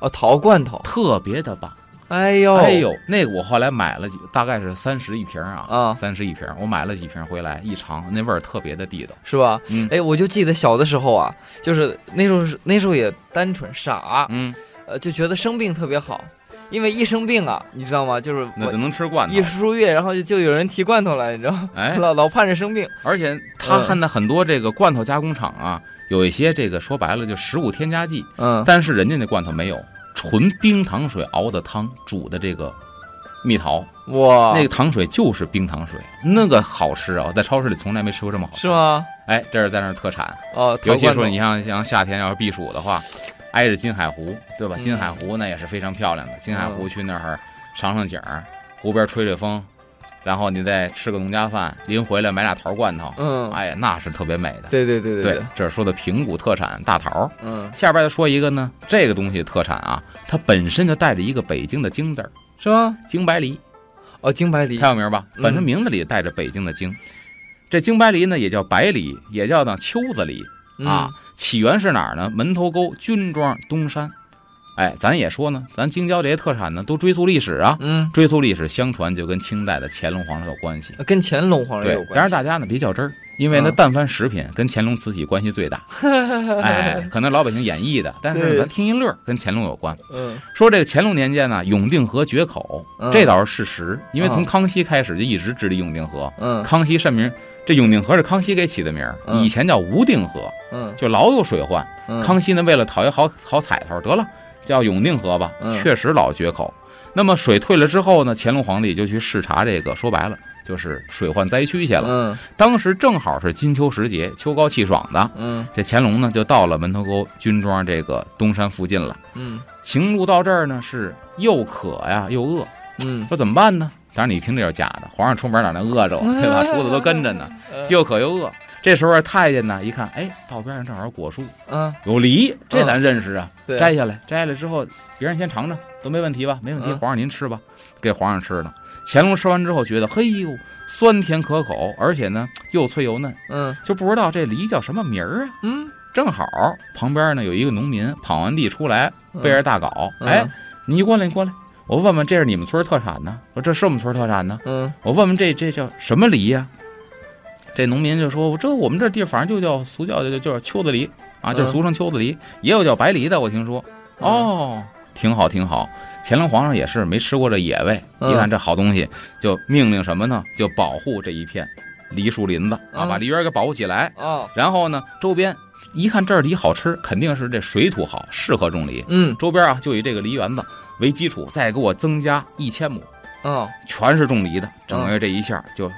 [SPEAKER 2] 哦，桃罐头，
[SPEAKER 3] 特别的棒。
[SPEAKER 2] 哎呦，
[SPEAKER 3] 哎，呦，那个我后来买了几，大概是三十一瓶啊，
[SPEAKER 2] 啊，
[SPEAKER 3] 三十一瓶，我买了几瓶回来一尝，那味儿特别的地道。
[SPEAKER 2] 是吧？
[SPEAKER 3] 嗯
[SPEAKER 2] 哎，我就记得小的时候啊，就是那时候是那时候也单纯傻，
[SPEAKER 3] 嗯，
[SPEAKER 2] 呃，就觉得生病特别好，因为一生病啊，你知道吗？就是
[SPEAKER 3] 那
[SPEAKER 2] 我
[SPEAKER 3] 就能吃罐头
[SPEAKER 2] 一。输液，然后就就有人提罐头来，你知道吗？
[SPEAKER 3] 哎，
[SPEAKER 2] 老老盼着生病，
[SPEAKER 3] 而且他
[SPEAKER 2] 嗯
[SPEAKER 3] 看到很多这个罐头加工厂啊，有一些这个说白了就食物添加剂，
[SPEAKER 2] 嗯，
[SPEAKER 3] 但是人家那罐头没有，纯冰糖水熬的汤煮的这个蜜桃，
[SPEAKER 2] 哇，
[SPEAKER 3] 那个糖水就是冰糖水，那个好吃啊！我在超市里从来没吃过这么好吃。
[SPEAKER 2] 是？吗？
[SPEAKER 3] 哎，这是在那儿特产，
[SPEAKER 2] 哦，
[SPEAKER 3] 尤其
[SPEAKER 2] 桃罐头
[SPEAKER 3] 说你像像夏天要是避暑的话，挨着金海湖，对吧？
[SPEAKER 2] 嗯
[SPEAKER 3] 金海湖那也是非常漂亮的，金海湖去那儿赏赏景儿，湖边吹吹风，然后你再吃个农家饭，临回来买俩桃罐头。
[SPEAKER 2] 嗯，
[SPEAKER 3] 哎呀，那是特别美的。
[SPEAKER 2] 对对对对，
[SPEAKER 3] 这是说的平谷特产大桃。
[SPEAKER 2] 嗯，
[SPEAKER 3] 下边再说一个呢，这个东西特产啊，它本身就带着一个北京的京字儿，
[SPEAKER 2] 是吗？
[SPEAKER 3] 京白梨，
[SPEAKER 2] 哦，京白梨
[SPEAKER 3] 太，有名吧？
[SPEAKER 2] 嗯
[SPEAKER 3] 本身名字里带着北京的京。这京白梨呢，也叫白梨，也叫呢秋子梨啊
[SPEAKER 2] 嗯，。
[SPEAKER 3] 起源是哪儿呢？门头沟军庄东山。哎，咱也说呢，咱京郊这些特产呢，都追溯历史啊。
[SPEAKER 2] 嗯，
[SPEAKER 3] 追溯历史，相传就跟清代的乾隆皇上有关系。
[SPEAKER 2] 跟乾隆皇上
[SPEAKER 3] 对
[SPEAKER 2] 哎有，关
[SPEAKER 3] 当然
[SPEAKER 2] 系，
[SPEAKER 3] 大家呢别较真儿，因为呢，
[SPEAKER 2] 嗯
[SPEAKER 3] 但凡食品跟乾隆慈禧关系
[SPEAKER 2] *laughs*
[SPEAKER 3] 最大，哎，可能老百姓演绎的，但是
[SPEAKER 2] 对
[SPEAKER 3] 咱听一乐儿，跟乾隆有关。
[SPEAKER 2] 嗯
[SPEAKER 3] 说这个乾隆年间呢，永定河决口，
[SPEAKER 2] 嗯
[SPEAKER 3] 这倒是事实，因为
[SPEAKER 2] 嗯
[SPEAKER 3] 从康熙开始就一直治理永定河。
[SPEAKER 2] 嗯
[SPEAKER 3] 康熙圣名，这永定河是康熙给起的名儿，
[SPEAKER 2] 嗯
[SPEAKER 3] 以前叫无定河，
[SPEAKER 2] 嗯
[SPEAKER 3] 就老有水患。
[SPEAKER 2] 嗯，
[SPEAKER 3] 康熙呢，为了讨一好好彩头，得了，叫永定河吧
[SPEAKER 2] 嗯，
[SPEAKER 3] 确实老决口。那么水退了之后呢，乾隆皇帝就去视察这个，说白了就是水患灾区去了。
[SPEAKER 2] 嗯
[SPEAKER 3] 当时正好是金秋时节，秋高气爽的。
[SPEAKER 2] 嗯
[SPEAKER 3] 这乾隆呢，就到了门头沟军庄这个东山附近了。
[SPEAKER 2] 嗯
[SPEAKER 3] 行路到这儿呢，是又渴呀又饿，
[SPEAKER 2] 嗯，
[SPEAKER 3] 说怎么办呢？当然你听这是假的，皇上出门哪能饿着
[SPEAKER 2] *laughs*
[SPEAKER 3] 我，对吧？厨子都跟着呢，
[SPEAKER 2] 嗯
[SPEAKER 3] 又渴又饿。这时候太监呢一看，哎，道边上正好有果树
[SPEAKER 2] 嗯，
[SPEAKER 3] 有梨，这咱认识啊，
[SPEAKER 2] 对，
[SPEAKER 3] 摘下来，摘下来之后，别人先尝尝都没问题吧？没问题，
[SPEAKER 2] 嗯
[SPEAKER 3] 皇上您吃吧，给皇上吃了。乾隆吃完之后觉得，嘿呦，酸甜可口，而且呢又脆又嫩，
[SPEAKER 2] 嗯
[SPEAKER 3] 就不知道这梨叫什么名儿啊。
[SPEAKER 2] 嗯，
[SPEAKER 3] 正好旁边呢有一个农民跑完地出来，背着大镐，
[SPEAKER 2] 嗯
[SPEAKER 3] 哎，，你过来，你过来，我问问这是你们村儿特产呢？说这是我们村儿特产呢？
[SPEAKER 2] 嗯
[SPEAKER 3] 我问问这这叫什么梨呀、这农民就说，这我们这地儿反正就叫俗叫就就叫秋子梨啊，就
[SPEAKER 2] 嗯
[SPEAKER 3] 是俗称秋子梨，也有叫白梨的，我听说。
[SPEAKER 2] 嗯
[SPEAKER 3] 哦，挺好挺好。乾隆皇上也是没吃过这野味，
[SPEAKER 2] 嗯
[SPEAKER 3] 一看这好东西，就命令什么呢？就保护这一片梨树林子啊，
[SPEAKER 2] 嗯
[SPEAKER 3] 把梨园给保护起来。
[SPEAKER 2] 啊，
[SPEAKER 3] 然后呢，周边一看这儿梨好吃，肯定是这水土好，适合种梨。
[SPEAKER 2] 嗯
[SPEAKER 3] 周边啊，就以这个梨园子为基础，再给我增加一千亩，
[SPEAKER 2] 嗯
[SPEAKER 3] 全是种梨的。整个这一下就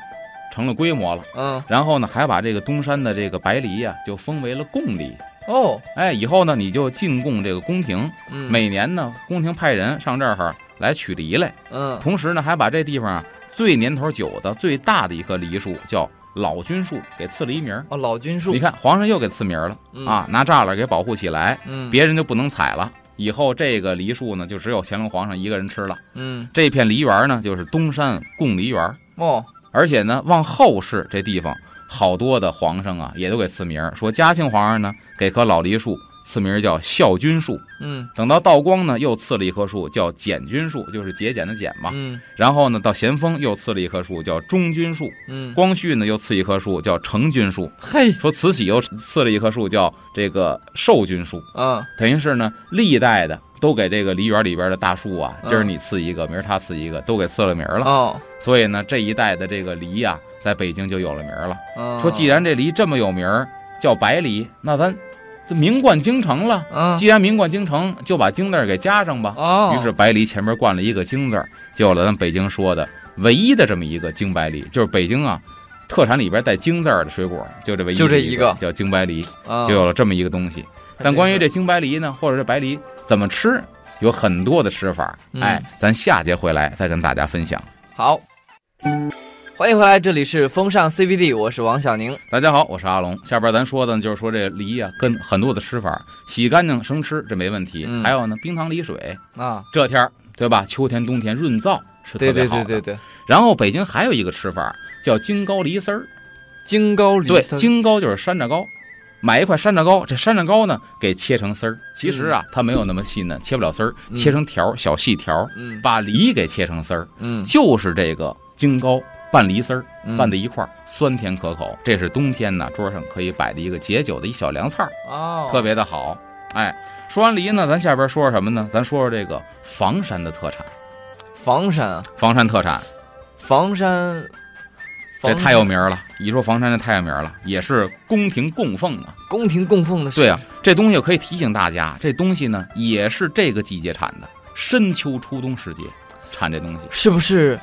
[SPEAKER 3] 成了规模了。
[SPEAKER 2] 嗯
[SPEAKER 3] 然后呢，还把这个东山的这个白梨呀、就封为了贡梨。
[SPEAKER 2] 哦，
[SPEAKER 3] 哎，以后呢，你就进贡这个宫廷，
[SPEAKER 2] 嗯
[SPEAKER 3] 每年呢，宫廷派人上这儿来取梨来，
[SPEAKER 2] 嗯
[SPEAKER 3] 同时呢，还把这地方啊最年头久的、最大的一棵梨树叫老君树给赐了一名儿。
[SPEAKER 2] 哦老君树
[SPEAKER 3] 你看，皇上又给赐名儿了
[SPEAKER 2] 嗯
[SPEAKER 3] 啊，拿栅栏给保护起来，
[SPEAKER 2] 嗯
[SPEAKER 3] 别人就不能采了。以后这个梨树呢，就只有乾隆皇上一个人吃了。
[SPEAKER 2] 嗯
[SPEAKER 3] 这片梨园呢，就是东山贡梨园，
[SPEAKER 2] 哦
[SPEAKER 3] 而且呢，往后世这地方好多的皇上啊，也都给赐名儿，说嘉庆皇上呢给棵老梨树赐名儿叫孝君树，
[SPEAKER 2] 嗯
[SPEAKER 3] 等到道光呢，又赐了一棵树叫简君树，就是节俭的俭嘛。
[SPEAKER 2] 嗯
[SPEAKER 3] 然后呢，到咸丰又赐了一棵树叫忠君树，
[SPEAKER 2] 嗯
[SPEAKER 3] 光绪呢又赐一棵树叫成君树，
[SPEAKER 2] 嘿
[SPEAKER 3] 说慈禧又赐了一棵树叫这个寿君树，
[SPEAKER 2] 啊
[SPEAKER 3] 等于是呢历代的都给这个梨园里边的大树啊，
[SPEAKER 2] 嗯
[SPEAKER 3] 今儿你赐一个，明儿他赐一个，都给赐了名儿了。
[SPEAKER 2] 哦
[SPEAKER 3] 所以呢，这一代的这个梨呀、在北京就有了名儿了。
[SPEAKER 2] 嗯
[SPEAKER 3] 说既然这梨这么有名儿，叫白梨，那咱这名冠京城了。
[SPEAKER 2] 啊
[SPEAKER 3] 既然名冠京城，就把京字儿给加上吧。
[SPEAKER 2] 哦
[SPEAKER 3] 于是白梨前面冠了一个京字儿，就有了咱北京说的唯一的这么一个京白梨，就是北京啊特产里边带京字儿的水果，就这唯一
[SPEAKER 2] 就这
[SPEAKER 3] 的
[SPEAKER 2] 一
[SPEAKER 3] 一
[SPEAKER 2] 个
[SPEAKER 3] 叫京白梨，
[SPEAKER 2] 啊
[SPEAKER 3] 就有了这么一个东西。但关于这京白梨呢，或者是白梨怎么吃，有很多的吃法。
[SPEAKER 2] 嗯
[SPEAKER 3] 哎，咱下节回来再跟大家分享。
[SPEAKER 2] 好，欢迎回来，这里是风尚 CBD，我是王小宁。
[SPEAKER 3] 大家好，我是阿龙。下边咱说的呢就是说这梨呀、跟很多的吃法，洗干净生吃这没问题。
[SPEAKER 2] 嗯
[SPEAKER 3] 还有呢，冰糖梨水，
[SPEAKER 2] 啊，
[SPEAKER 3] 这天儿对吧？秋天、冬天润燥是特
[SPEAKER 2] 对
[SPEAKER 3] 别
[SPEAKER 2] 对
[SPEAKER 3] 好
[SPEAKER 2] 对
[SPEAKER 3] 的。
[SPEAKER 2] 对对，
[SPEAKER 3] 然后北京还有一个吃法叫京糕梨丝儿，
[SPEAKER 2] 京糕梨
[SPEAKER 3] 对，
[SPEAKER 2] 丝儿
[SPEAKER 3] 京糕就是山楂糕，买一块山楂糕，这山楂糕呢给切成丝儿。其实啊，它没有那么细嫩，切不了丝儿，
[SPEAKER 2] 嗯
[SPEAKER 3] 切成条儿小细条儿，
[SPEAKER 2] 嗯
[SPEAKER 3] 把梨给切成丝儿，
[SPEAKER 2] 嗯
[SPEAKER 3] 就是这个京糕拌梨丝儿。
[SPEAKER 2] 嗯
[SPEAKER 3] 拌在一块儿，酸甜可口。这是冬天呢桌上可以摆的一个解酒的一小凉菜儿，
[SPEAKER 2] 哦，
[SPEAKER 3] 特别的好。哎，说完梨呢，咱下边说说什么呢？咱说说这个房山的特产。
[SPEAKER 2] 房山啊，
[SPEAKER 3] 房山特产，
[SPEAKER 2] 房山，
[SPEAKER 3] 这
[SPEAKER 2] 房
[SPEAKER 3] 太有名儿了！一说房山，这太有名儿了，也是宫廷供奉啊。
[SPEAKER 2] 宫廷供奉的，
[SPEAKER 3] 对啊，，这东西我可以提醒大家，这东西呢也是这个季节产的，深秋初冬时节产这东西。
[SPEAKER 2] 是不是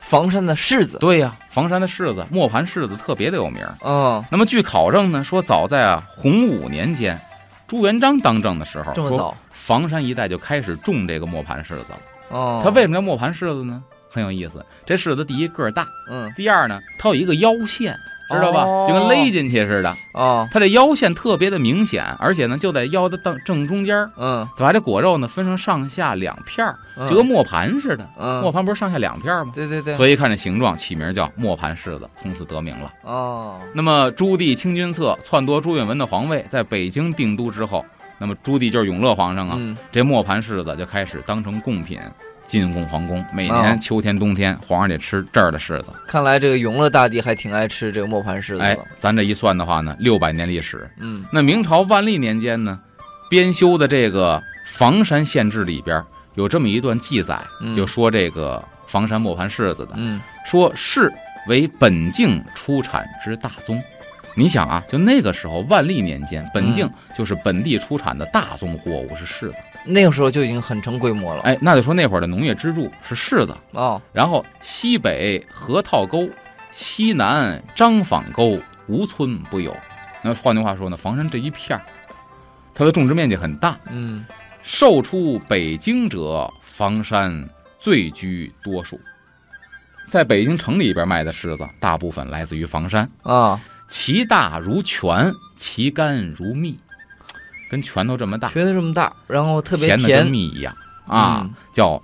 [SPEAKER 2] 房山的柿子？
[SPEAKER 3] 对呀、房山的柿子，磨盘柿子特别的有名儿。
[SPEAKER 2] 嗯，
[SPEAKER 3] 那么据考证呢，说早在啊洪武年间，朱元璋当政的时候，
[SPEAKER 2] 这么
[SPEAKER 3] 说
[SPEAKER 2] 早，
[SPEAKER 3] 房山一带就开始种这个磨盘柿子了。
[SPEAKER 2] 哦，
[SPEAKER 3] 它为什么叫磨盘柿子呢？很有意思，这柿子第一个儿大，
[SPEAKER 2] 嗯
[SPEAKER 3] 第二呢，它有一个腰线，知道吧？
[SPEAKER 2] 哦
[SPEAKER 3] 就跟勒进去似的。
[SPEAKER 2] 哦
[SPEAKER 3] 它这腰线特别的明显，而且呢，就在腰的正正中间儿，
[SPEAKER 2] 嗯
[SPEAKER 3] 把这果肉呢分成上下两片儿，
[SPEAKER 2] 嗯
[SPEAKER 3] 就跟磨盘似的。
[SPEAKER 2] 嗯
[SPEAKER 3] 磨盘不是上下两片儿吗？
[SPEAKER 2] 对对对，
[SPEAKER 3] 所以一看这形状，起名叫磨盘柿子，从此得名了。
[SPEAKER 2] 哦
[SPEAKER 3] 那么朱棣清君侧篡夺朱允炆的皇位，在北京定都之后，那么朱棣就是永乐皇上啊，
[SPEAKER 2] 嗯
[SPEAKER 3] 这磨盘柿子就开始当成贡品进贡皇宫，每
[SPEAKER 2] 哦
[SPEAKER 3] 年秋天冬天，皇上得吃这儿的柿子。
[SPEAKER 2] 看来这个永乐大帝还挺爱吃这个磨盘柿子
[SPEAKER 3] 哎
[SPEAKER 2] 的，，
[SPEAKER 3] 咱这一算的话呢，六百年历史。
[SPEAKER 2] 嗯
[SPEAKER 3] 那明朝万历年间呢，编修的这个《房山县志》里边有这么一段记载，
[SPEAKER 2] 嗯
[SPEAKER 3] 就说这个房山磨盘柿子的，
[SPEAKER 2] 嗯
[SPEAKER 3] 说是为本境出产之大宗。你想啊，就那个时候万历年间，本境就是本地出产的大宗货物是柿子。
[SPEAKER 2] 那个时候就已经很成规模了，
[SPEAKER 3] 哎，那就说那会儿的农业支柱是柿子，
[SPEAKER 2] 哦
[SPEAKER 3] 然后西北河套沟、西南张坊沟无村不有。那换句话说呢，房山这一片儿，它的种植面积很大。
[SPEAKER 2] 嗯
[SPEAKER 3] 售出北京者，房山最居多数。在北京城里边卖的柿子，大部分来自于房山，
[SPEAKER 2] 啊。
[SPEAKER 3] 其大如拳，其干如蜜，跟拳头这么大，
[SPEAKER 2] 拳头这么大，然后特别
[SPEAKER 3] 甜的
[SPEAKER 2] 甜
[SPEAKER 3] 跟蜜一样啊。
[SPEAKER 2] 嗯
[SPEAKER 3] 叫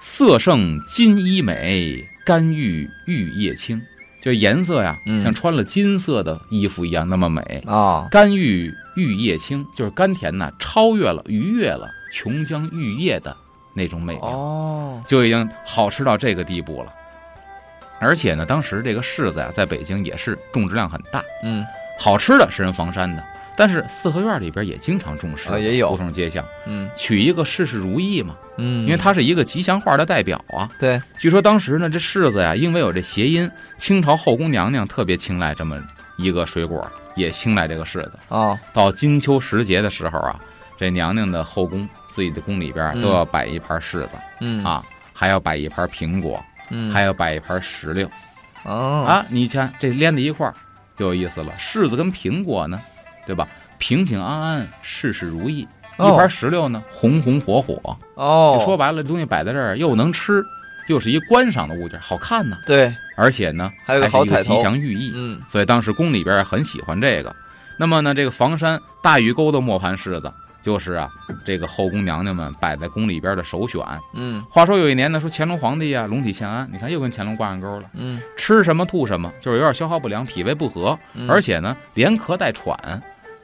[SPEAKER 3] 色胜金衣美，甘玉玉叶青，就颜色呀，
[SPEAKER 2] 嗯
[SPEAKER 3] 像穿了金色的衣服一样那么美。
[SPEAKER 2] 啊，
[SPEAKER 3] 甘玉玉叶青就是甘甜呐，超越了、逾越了琼浆玉液的那种美妙，
[SPEAKER 2] 哦，
[SPEAKER 3] 就已经好吃到这个地步了。而且呢，当时这个柿子呀，在北京也是种植量很大，
[SPEAKER 2] 嗯
[SPEAKER 3] 好吃的是人房山的，但是四合院里边也经常重视
[SPEAKER 2] 啊也有
[SPEAKER 3] 胡同街巷，
[SPEAKER 2] 嗯
[SPEAKER 3] 取一个事事如意嘛，
[SPEAKER 2] 嗯，
[SPEAKER 3] 因为它是一个吉祥话的代表啊。
[SPEAKER 2] 对
[SPEAKER 3] 据说当时呢，这柿子呀，因为有这谐音，清朝后宫娘娘特别青睐这么一个水果，也青睐这个柿子。
[SPEAKER 2] 哦，
[SPEAKER 3] 到金秋时节的时候啊，这娘娘的后宫自己的宫里边啊
[SPEAKER 2] 嗯
[SPEAKER 3] 都要摆一盘柿子、
[SPEAKER 2] 嗯，
[SPEAKER 3] 啊，还要摆一盘苹果，
[SPEAKER 2] 嗯，
[SPEAKER 3] 还要摆一盘石榴、
[SPEAKER 2] 哦
[SPEAKER 3] 啊。你看这连在一块儿就有意思了，柿子跟苹果呢，对吧？平平安安，事事如意。
[SPEAKER 2] 哦
[SPEAKER 3] 一盘石榴呢，红红火火。
[SPEAKER 2] 哦，
[SPEAKER 3] 就说白了，这东西摆在这儿又能吃，又是一观赏的物件，好看呢、
[SPEAKER 2] 对，
[SPEAKER 3] 而且呢，
[SPEAKER 2] 还有个
[SPEAKER 3] 是
[SPEAKER 2] 好
[SPEAKER 3] 一个
[SPEAKER 2] 彩头
[SPEAKER 3] 吉祥寓意。
[SPEAKER 2] 嗯
[SPEAKER 3] 所以当时宫里边很喜欢这个。那么呢，这个房山大鱼沟的磨盘柿子，就是啊，这个后宫娘娘们摆在宫里边的首选。
[SPEAKER 2] 嗯
[SPEAKER 3] 话说有一年呢，说乾隆皇帝啊，龙体欠安，你看又跟乾隆挂上钩了，
[SPEAKER 2] 嗯，
[SPEAKER 3] 吃什么吐什么，就是有点消化不良，脾胃不和，
[SPEAKER 2] 嗯
[SPEAKER 3] 而且呢，连咳带喘。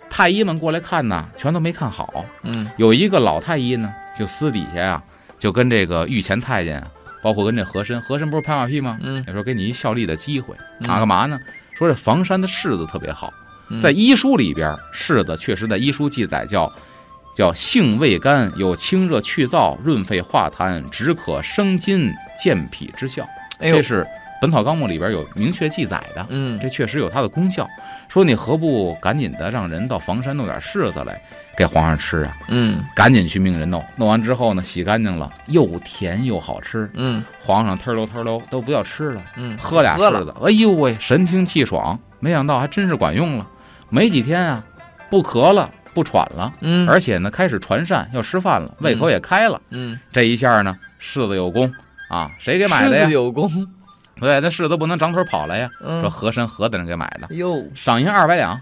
[SPEAKER 3] 太医们过来看呐，全都没看好。
[SPEAKER 2] 嗯
[SPEAKER 3] 有一个老太医呢，就私底下呀、就跟这个御前太监啊，包括跟这和珅，和珅不是拍马屁吗？
[SPEAKER 2] 嗯
[SPEAKER 3] 也说给你一效力的机会。
[SPEAKER 2] 嗯
[SPEAKER 3] 啊，干嘛呢？说这房山的柿子特别好，在
[SPEAKER 2] 嗯
[SPEAKER 3] 医书里边，柿子确实在医书记载叫叫性味甘，有清热去燥、润肺化痰、止渴生津、健脾之效。
[SPEAKER 2] 哎呦
[SPEAKER 3] 这是《本草纲目》里边有明确记载的，
[SPEAKER 2] 嗯
[SPEAKER 3] 这确实有它的功效。说你何不赶紧的让人到房山弄点柿子来给皇上吃啊？
[SPEAKER 2] 嗯
[SPEAKER 3] 赶紧去命人弄，弄完之后呢，洗干净了，又甜又好吃，
[SPEAKER 2] 嗯
[SPEAKER 3] 皇上忒溜忒溜都不要吃了。
[SPEAKER 2] 嗯，
[SPEAKER 3] 喝俩
[SPEAKER 2] 喝
[SPEAKER 3] 柿
[SPEAKER 2] 了
[SPEAKER 3] 子，哎呦喂，神清气爽，没想到还真是管用了。没几天啊，不咳了，不喘了，
[SPEAKER 2] 嗯
[SPEAKER 3] 而且呢，开始传膳，要吃饭了，胃口也开了。
[SPEAKER 2] 嗯，
[SPEAKER 3] 这一下呢，柿子有功啊，谁给买
[SPEAKER 2] 狮
[SPEAKER 3] 的
[SPEAKER 2] 子
[SPEAKER 3] 呀？
[SPEAKER 2] 有功，
[SPEAKER 3] 对，那柿子不能长腿跑来呀。说
[SPEAKER 2] 嗯
[SPEAKER 3] 和珅和大人给买的，
[SPEAKER 2] 哟，
[SPEAKER 3] 赏银二百两，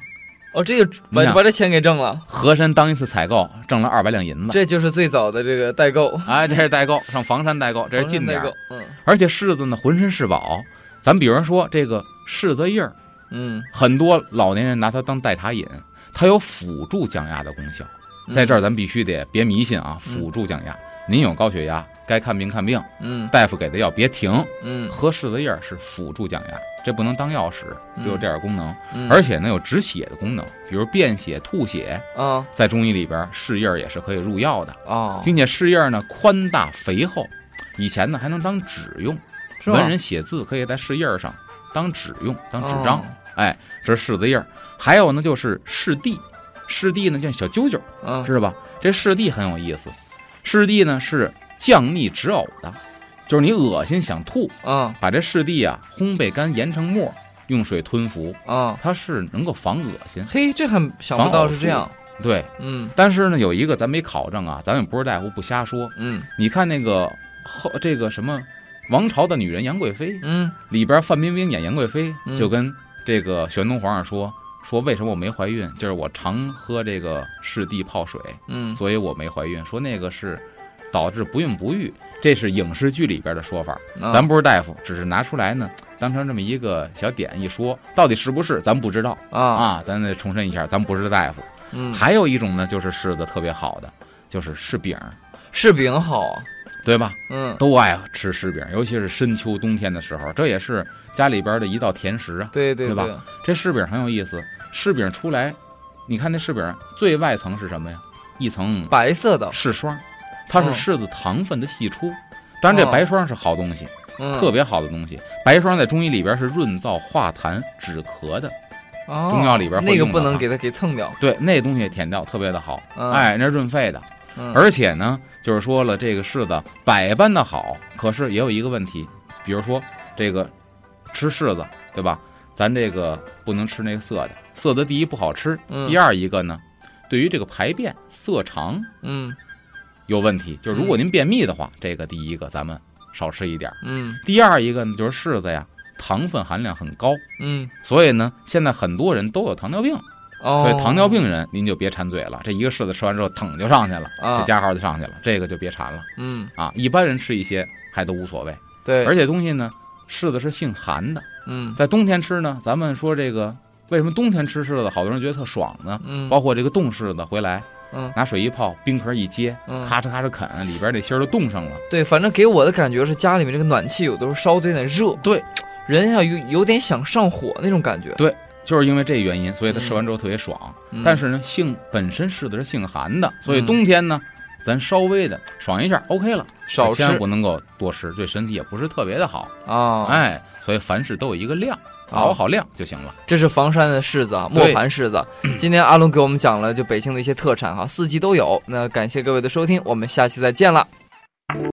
[SPEAKER 2] 哦，这个把
[SPEAKER 3] 你想
[SPEAKER 2] 把这钱给挣了，
[SPEAKER 3] 和珅当一次采购挣了二百两银子。
[SPEAKER 2] 这就是最早的这个代购，
[SPEAKER 3] 哎，这是代购，上房山代购，这是近点
[SPEAKER 2] 代
[SPEAKER 3] 儿
[SPEAKER 2] 购。，嗯
[SPEAKER 3] 而且柿子呢，浑身是宝。咱比如说这个柿子叶儿，
[SPEAKER 2] 嗯，
[SPEAKER 3] 很多老年人拿它当代茶饮，它有辅助降压的功效。在这
[SPEAKER 2] 儿
[SPEAKER 3] 儿咱必须得别迷信啊，
[SPEAKER 2] 嗯
[SPEAKER 3] 辅助降压。您有高血压，该看病看病，
[SPEAKER 2] 嗯
[SPEAKER 3] 大夫给的药别停。
[SPEAKER 2] 嗯
[SPEAKER 3] 喝柿子叶儿是辅助降压，这不能当药使，
[SPEAKER 2] 嗯
[SPEAKER 3] 只有这点功能。
[SPEAKER 2] 嗯，
[SPEAKER 3] *laughs* 而且呢，有止血的功能，比如便血、吐血，
[SPEAKER 2] 啊
[SPEAKER 3] 在中医里边，柿叶儿也是可以入药的，
[SPEAKER 2] 哦，
[SPEAKER 3] 并且柿叶儿呢宽大肥厚，以前呢还能当纸用，
[SPEAKER 2] 是吗
[SPEAKER 3] 文人写字可以在柿叶儿上当纸用，当纸张。
[SPEAKER 2] 哦，
[SPEAKER 3] 哎，这是柿子叶儿。还有呢，就是柿蒂，柿蒂呢叫小揪揪，
[SPEAKER 2] 嗯
[SPEAKER 3] 知道吧？这柿蒂很有意思，柿蒂呢是降逆止呕的，就是你恶心想吐，
[SPEAKER 2] 嗯
[SPEAKER 3] 把这柿蒂啊烘焙干研成沫，用水吞服，
[SPEAKER 2] 嗯，
[SPEAKER 3] 它是能够防恶心。
[SPEAKER 2] 嘿，这还想不到是这样，
[SPEAKER 3] 对，
[SPEAKER 2] 嗯
[SPEAKER 3] 但是呢有一个咱没考证啊，咱也不是大夫不瞎说。
[SPEAKER 2] 嗯
[SPEAKER 3] 你看那个后这个什么王朝的女人杨贵妃，
[SPEAKER 2] 嗯
[SPEAKER 3] 里边范冰冰演杨贵妃
[SPEAKER 2] 嗯，
[SPEAKER 3] 就跟这个玄宗皇上说说为什么我没怀孕，就是我常喝这个柿蒂泡水，
[SPEAKER 2] 嗯
[SPEAKER 3] 所以我没怀孕。说那个是导致不孕不育，这是影视剧里边的说法，
[SPEAKER 2] 嗯，
[SPEAKER 3] 咱不是大夫，只是拿出来呢当成这么一个小点一说，到底是不是咱不知道
[SPEAKER 2] 啊，
[SPEAKER 3] 啊？咱得重申一下，咱不是大夫。
[SPEAKER 2] 嗯，
[SPEAKER 3] 还有一种呢，就是柿子特别好的，就是柿饼，
[SPEAKER 2] 柿饼好啊，
[SPEAKER 3] 对吧？
[SPEAKER 2] 嗯，
[SPEAKER 3] 都爱吃柿饼，尤其是深秋冬天的时候，这也是家里边的一道甜食啊。
[SPEAKER 2] 对对
[SPEAKER 3] 对吧
[SPEAKER 2] 对，
[SPEAKER 3] 这柿饼很有意思，柿饼出来，你看那柿饼最外层是什么呀？一层
[SPEAKER 2] 白色的，
[SPEAKER 3] 柿霜，它是
[SPEAKER 2] 嗯
[SPEAKER 3] 柿子糖分的析出。当然，这
[SPEAKER 2] 哦
[SPEAKER 3] 白霜是好东西，
[SPEAKER 2] 嗯，
[SPEAKER 3] 特别好的东西。白霜在中医里边是润燥化痰、止咳的，
[SPEAKER 2] 哦
[SPEAKER 3] 中药里边会
[SPEAKER 2] 那个
[SPEAKER 3] 用
[SPEAKER 2] 不
[SPEAKER 3] 到
[SPEAKER 2] 能
[SPEAKER 3] 它
[SPEAKER 2] 给它给蹭掉，
[SPEAKER 3] 对，那东西甜调特别的好，
[SPEAKER 2] 嗯
[SPEAKER 3] 哎，那是润肺的。
[SPEAKER 2] 嗯
[SPEAKER 3] 而且呢，就是说了这个柿子百般的好，可是也有一个问题，比如说这个吃柿子，对吧？咱这个不能吃那个涩的，涩的第一不好吃，
[SPEAKER 2] 嗯
[SPEAKER 3] 第二一个呢，对于这个排便涩肠
[SPEAKER 2] 嗯
[SPEAKER 3] 有问题，就是如果您便秘的话，这个第一个咱们少吃一点儿，
[SPEAKER 2] 嗯
[SPEAKER 3] 第二一个呢就是柿子呀，糖分含量很高，
[SPEAKER 2] 嗯，
[SPEAKER 3] 所以呢，现在很多人都有糖尿病，
[SPEAKER 2] 哦，
[SPEAKER 3] 所以糖尿病人您就别馋嘴了，这一个柿子吃完之后，腾就上去了，
[SPEAKER 2] 啊
[SPEAKER 3] 这加号就上去了，这个就别馋了。
[SPEAKER 2] 嗯，
[SPEAKER 3] 啊，一般人吃一些还都无所谓。
[SPEAKER 2] 对，
[SPEAKER 3] 而且东西呢，柿子是性寒的，
[SPEAKER 2] 嗯
[SPEAKER 3] 在冬天吃呢，咱们说这个为什么冬天吃柿子，好多人觉得特爽呢？
[SPEAKER 2] 嗯，
[SPEAKER 3] 包括这个冻柿子回来，
[SPEAKER 2] 嗯
[SPEAKER 3] 拿水一泡，冰壳一揭，
[SPEAKER 2] 嗯
[SPEAKER 3] 咔哧咔哧啃，里边那芯儿都冻上了。
[SPEAKER 2] 对，反正给我的感觉是家里面这个暖气有的时候烧的有点热，
[SPEAKER 3] 对，
[SPEAKER 2] 人要有有点想上火那种感觉，
[SPEAKER 3] 对，就是因为这原因，所以它
[SPEAKER 2] 嗯
[SPEAKER 3] 吃完之后特别爽。
[SPEAKER 2] 嗯
[SPEAKER 3] 但是呢，杏本身柿子是性寒的，所以冬天呢，咱稍微的爽一下，OK 了，
[SPEAKER 2] 少
[SPEAKER 3] 千万
[SPEAKER 2] 吃
[SPEAKER 3] 不能够多吃，对身体也不是特别的好。
[SPEAKER 2] 啊，，
[SPEAKER 3] 哎，所以凡事都有一个量，把握好量就行了。
[SPEAKER 2] 这是房山的柿子啊，磨
[SPEAKER 3] 对
[SPEAKER 2] 盘柿子。今天阿龙给我们讲了就北京的一些特产哈，四季都有。那感谢各位的收听，我们下期再见了，